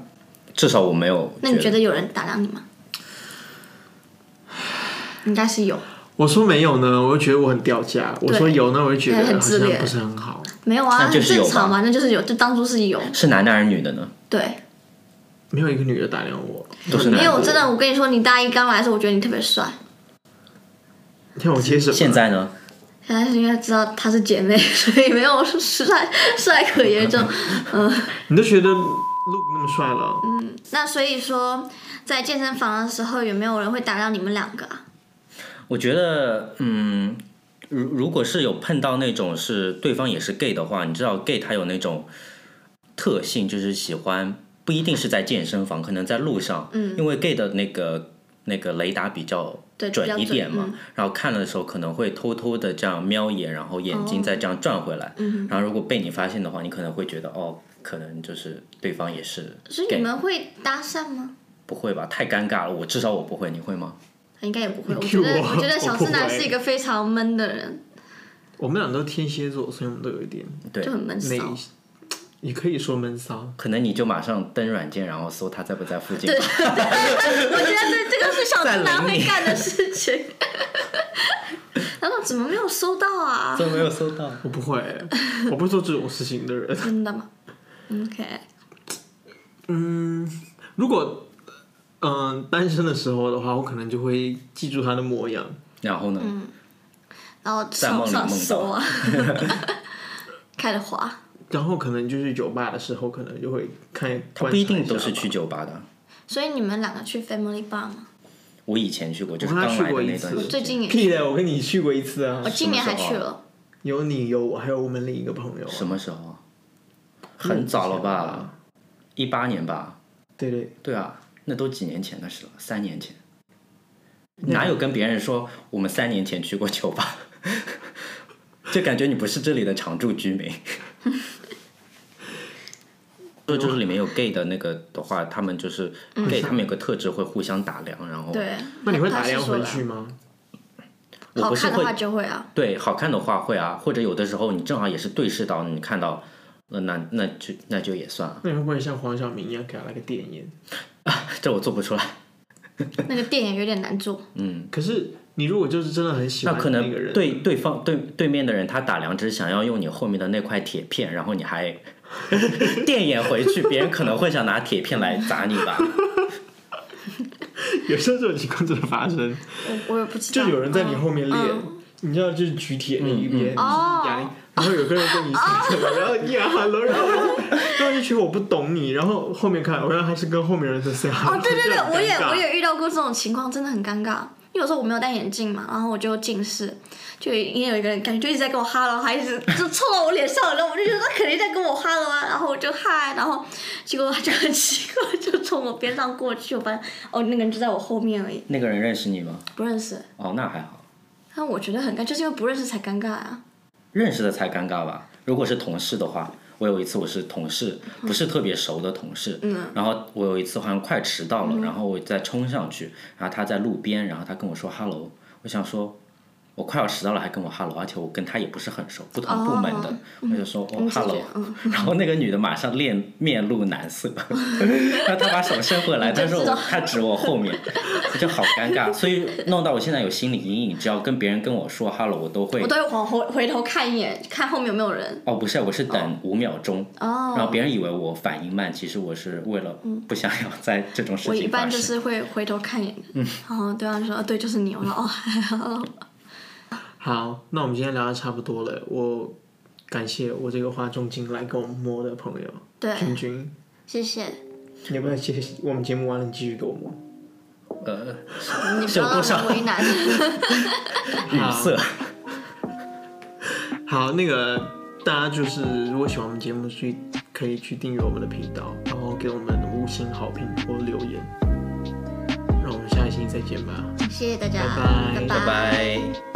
[SPEAKER 3] 至少我没有。
[SPEAKER 2] 那你觉？得有人打量你吗？应该是有，
[SPEAKER 1] 我说没有呢，我就觉得我很掉价；我说有呢，我就觉得
[SPEAKER 2] 对
[SPEAKER 1] 好像
[SPEAKER 2] 很自恋
[SPEAKER 1] 不是很好。
[SPEAKER 2] 没有啊，
[SPEAKER 3] 那就是
[SPEAKER 2] 很
[SPEAKER 3] 有吧
[SPEAKER 2] 正常嘛，那就是有，就当初是有，
[SPEAKER 3] 是男的还是女的呢？
[SPEAKER 2] 对，
[SPEAKER 1] 没有一个女的打量我，
[SPEAKER 3] 都是男的。
[SPEAKER 2] 没有真的，我跟你说，你大一刚来的时候，我觉得你特别帅，
[SPEAKER 1] 你看我接什么？
[SPEAKER 3] 现在呢？
[SPEAKER 2] 现在是因为知道她是姐妹， 所以没有帅帅可言这种，嗯，
[SPEAKER 1] 你都觉得路那么帅了，
[SPEAKER 2] 那所以说，在健身房的时候，有没有人会打量你们两个啊？
[SPEAKER 3] 我觉得，嗯，如如果是有碰到那种是对方也是 gay 的话，你知道 gay 他有那种特性，就是喜欢不一定是在健身房，可能在路上，嗯，因为 gay 的那个那个雷达比较
[SPEAKER 2] 对，比较
[SPEAKER 3] 准一点嘛，
[SPEAKER 2] 嗯
[SPEAKER 3] 然后看了的时候可能会偷偷的这样瞄一眼，然后眼
[SPEAKER 2] 哦
[SPEAKER 3] 睛再这样转回来，
[SPEAKER 2] 嗯
[SPEAKER 3] 然后如果被你发现的话，你可能会觉得哦，可能就是对方也是
[SPEAKER 2] 所以
[SPEAKER 3] gay，
[SPEAKER 2] 你们会搭讪吗？
[SPEAKER 3] 不会吧？太尴尬了，我至少我不会，你会吗？
[SPEAKER 2] 应该也不会。我
[SPEAKER 1] 你
[SPEAKER 2] 觉
[SPEAKER 1] cue
[SPEAKER 2] 得，
[SPEAKER 1] 我
[SPEAKER 2] 我觉得小
[SPEAKER 1] 我不
[SPEAKER 2] 智男
[SPEAKER 1] 会
[SPEAKER 2] 是一个非常闷的人，
[SPEAKER 1] 我们俩都天蝎座，所以我们都有一点
[SPEAKER 3] 对
[SPEAKER 2] 就很闷
[SPEAKER 1] 内
[SPEAKER 2] 骚。，
[SPEAKER 1] 也可以说闷骚。
[SPEAKER 3] 可能你就马上登软件，然后搜他在不在附近
[SPEAKER 2] 对，。我觉得这这个是小智男会干的事情。 然后怎么没有收到啊？
[SPEAKER 3] 怎么没有搜到？
[SPEAKER 1] 我 不会，我不会做这种事情的人。
[SPEAKER 2] 真的吗？OK，
[SPEAKER 1] 如果嗯、单身的时候的话，我可能就会记住他的模样。
[SPEAKER 3] 然后呢？
[SPEAKER 2] 嗯然后
[SPEAKER 3] 在梦
[SPEAKER 2] 上上
[SPEAKER 3] 里梦到
[SPEAKER 2] 手啊， 开始滑。
[SPEAKER 1] 然后可能就是酒吧的时候，可能就会看
[SPEAKER 3] 他不一定都是去。酒吧的。
[SPEAKER 2] 所以你们两个去 Family Bar 吗？
[SPEAKER 3] 我以前去过，就是
[SPEAKER 1] 我跟他
[SPEAKER 3] 刚来
[SPEAKER 1] 去
[SPEAKER 3] 的
[SPEAKER 1] 过一
[SPEAKER 3] 那
[SPEAKER 1] 次
[SPEAKER 3] 段
[SPEAKER 2] 我
[SPEAKER 3] 时间。
[SPEAKER 2] 最近也，
[SPEAKER 1] 屁嘞！我跟你去过一次啊
[SPEAKER 2] 我，今年还
[SPEAKER 3] 什么
[SPEAKER 2] 去
[SPEAKER 3] 时候
[SPEAKER 2] 了。
[SPEAKER 1] 有你有我，还有我们另一个朋友啊。
[SPEAKER 3] 什么时候？很早了
[SPEAKER 1] 嗯
[SPEAKER 3] 吧？一八年吧？
[SPEAKER 1] 对对，
[SPEAKER 3] 对啊，那都几年前的事了，三年前。哪有跟别人说我们三年前去过酒吧？ 就感觉你不是这里的常住居民。就就是里面有 gay 的那个的话，他们就是 gay，他们有个特质会互相打量，然后
[SPEAKER 2] 对，
[SPEAKER 1] 哦那你会
[SPEAKER 2] 他
[SPEAKER 1] 打
[SPEAKER 2] 他是
[SPEAKER 1] 量
[SPEAKER 2] 说啊
[SPEAKER 1] 回
[SPEAKER 2] 了
[SPEAKER 1] 去吗？
[SPEAKER 3] 我
[SPEAKER 2] 好
[SPEAKER 3] 不是
[SPEAKER 2] 看的
[SPEAKER 3] 会
[SPEAKER 2] 话就 会啊。
[SPEAKER 3] 对，好看的话会啊，或者有的时候你正好也是对视到，你看到，那那那就那就也算了，
[SPEAKER 1] 那你会不会像黄晓明一样给他来个电眼？
[SPEAKER 3] 这我做不出来。
[SPEAKER 2] 那个店也有点难做，
[SPEAKER 3] 嗯，
[SPEAKER 1] 可是你如果就是真的很喜
[SPEAKER 3] 那
[SPEAKER 1] 欢
[SPEAKER 3] 可
[SPEAKER 1] 个
[SPEAKER 3] 能
[SPEAKER 1] 人，
[SPEAKER 3] 对对方对对面的人他打量只想要用你后面的那块铁片，然后 你还电眼回去，别人可能会想拿铁片来砸你吧。
[SPEAKER 1] 有时候这种情况真的发生，
[SPEAKER 2] 我我也不知
[SPEAKER 1] 就
[SPEAKER 2] 道。
[SPEAKER 1] 有人在你
[SPEAKER 2] 嗯
[SPEAKER 1] 后面练
[SPEAKER 2] 嗯，
[SPEAKER 1] 你知道就是举铁那一边，
[SPEAKER 2] 哦
[SPEAKER 1] 哑铃，然后有个人跟你说什么，然后你喊 hello，然后
[SPEAKER 2] 哦
[SPEAKER 1] 我然后就觉得我不懂你，然后后面看，我让他是跟后面人在 say hello，
[SPEAKER 2] 哦，对对
[SPEAKER 1] 就
[SPEAKER 2] 对，
[SPEAKER 1] 很尴尬
[SPEAKER 2] 我也我也遇到过这种情况，真的很尴尬。因为有时候我没有戴眼镜嘛，然后我就近视，就因为有一个人感觉就一直在跟我哈喽，还一直就凑到我脸上，然后我就觉得他肯定在跟我哈喽啊，然后我就嗨，然后结果他就很奇怪，就从我边上过去，我发现哦那个人就在我后面而已，
[SPEAKER 3] 那个人认识你吗？
[SPEAKER 2] 不认识。
[SPEAKER 3] 哦，那还好，
[SPEAKER 2] 但我觉得很尴尬，就是因为不认识才尴尬啊。
[SPEAKER 3] 认识的才尴尬吧。如果是同事的话，我有一次我是同事，不是特别熟的同事，
[SPEAKER 2] 嗯
[SPEAKER 3] 然后我有一次好像快迟到了，然后我再冲上去，然后他在路边，然后他跟我说 hello，我想说。我快要迟到了，还跟我 hello，而且我跟他也不是很熟，不同部门的，我就说哦
[SPEAKER 2] 嗯是这
[SPEAKER 3] hello，
[SPEAKER 2] 样、嗯
[SPEAKER 3] 然后那个女的马上面面露难色， 然后她把手伸回来，她说
[SPEAKER 2] 知道
[SPEAKER 3] 我她指我后面，我就好尴尬，所以弄到我现在有心理阴影，只要跟别人跟我说 hello，我都会
[SPEAKER 2] 我都会往回回头看一眼，看后面有没有人。
[SPEAKER 3] 哦不是，我是等五秒钟，
[SPEAKER 2] 哦，嗯
[SPEAKER 3] 然后别人以为我反应慢，其实我是为了不想要在这种事
[SPEAKER 2] 我一
[SPEAKER 3] 情发
[SPEAKER 2] 般就
[SPEAKER 3] 生。
[SPEAKER 2] 是会回头看一眼，然后对方说：“哦，对，就是你。”我说：“哦，hello。
[SPEAKER 1] 好，那我们今天聊的差不多了，我感谢我这个花重金来跟我摸的朋友”
[SPEAKER 2] 对，
[SPEAKER 1] 君君，
[SPEAKER 2] 谢谢。
[SPEAKER 1] 你要不要谢谢我们节目完了你继续给我摸？
[SPEAKER 3] 呃，
[SPEAKER 2] 你不
[SPEAKER 3] 是有
[SPEAKER 2] 要
[SPEAKER 3] 多
[SPEAKER 2] 让
[SPEAKER 3] 少
[SPEAKER 2] 我为难。
[SPEAKER 3] 语塞。
[SPEAKER 1] 好，那个大家就是如果喜欢我们节目，去可以去订阅我们的频道，然后给我们五星好评或留言。那我们下一期再见吧。
[SPEAKER 2] 谢谢大家，
[SPEAKER 1] 拜拜
[SPEAKER 3] 拜拜。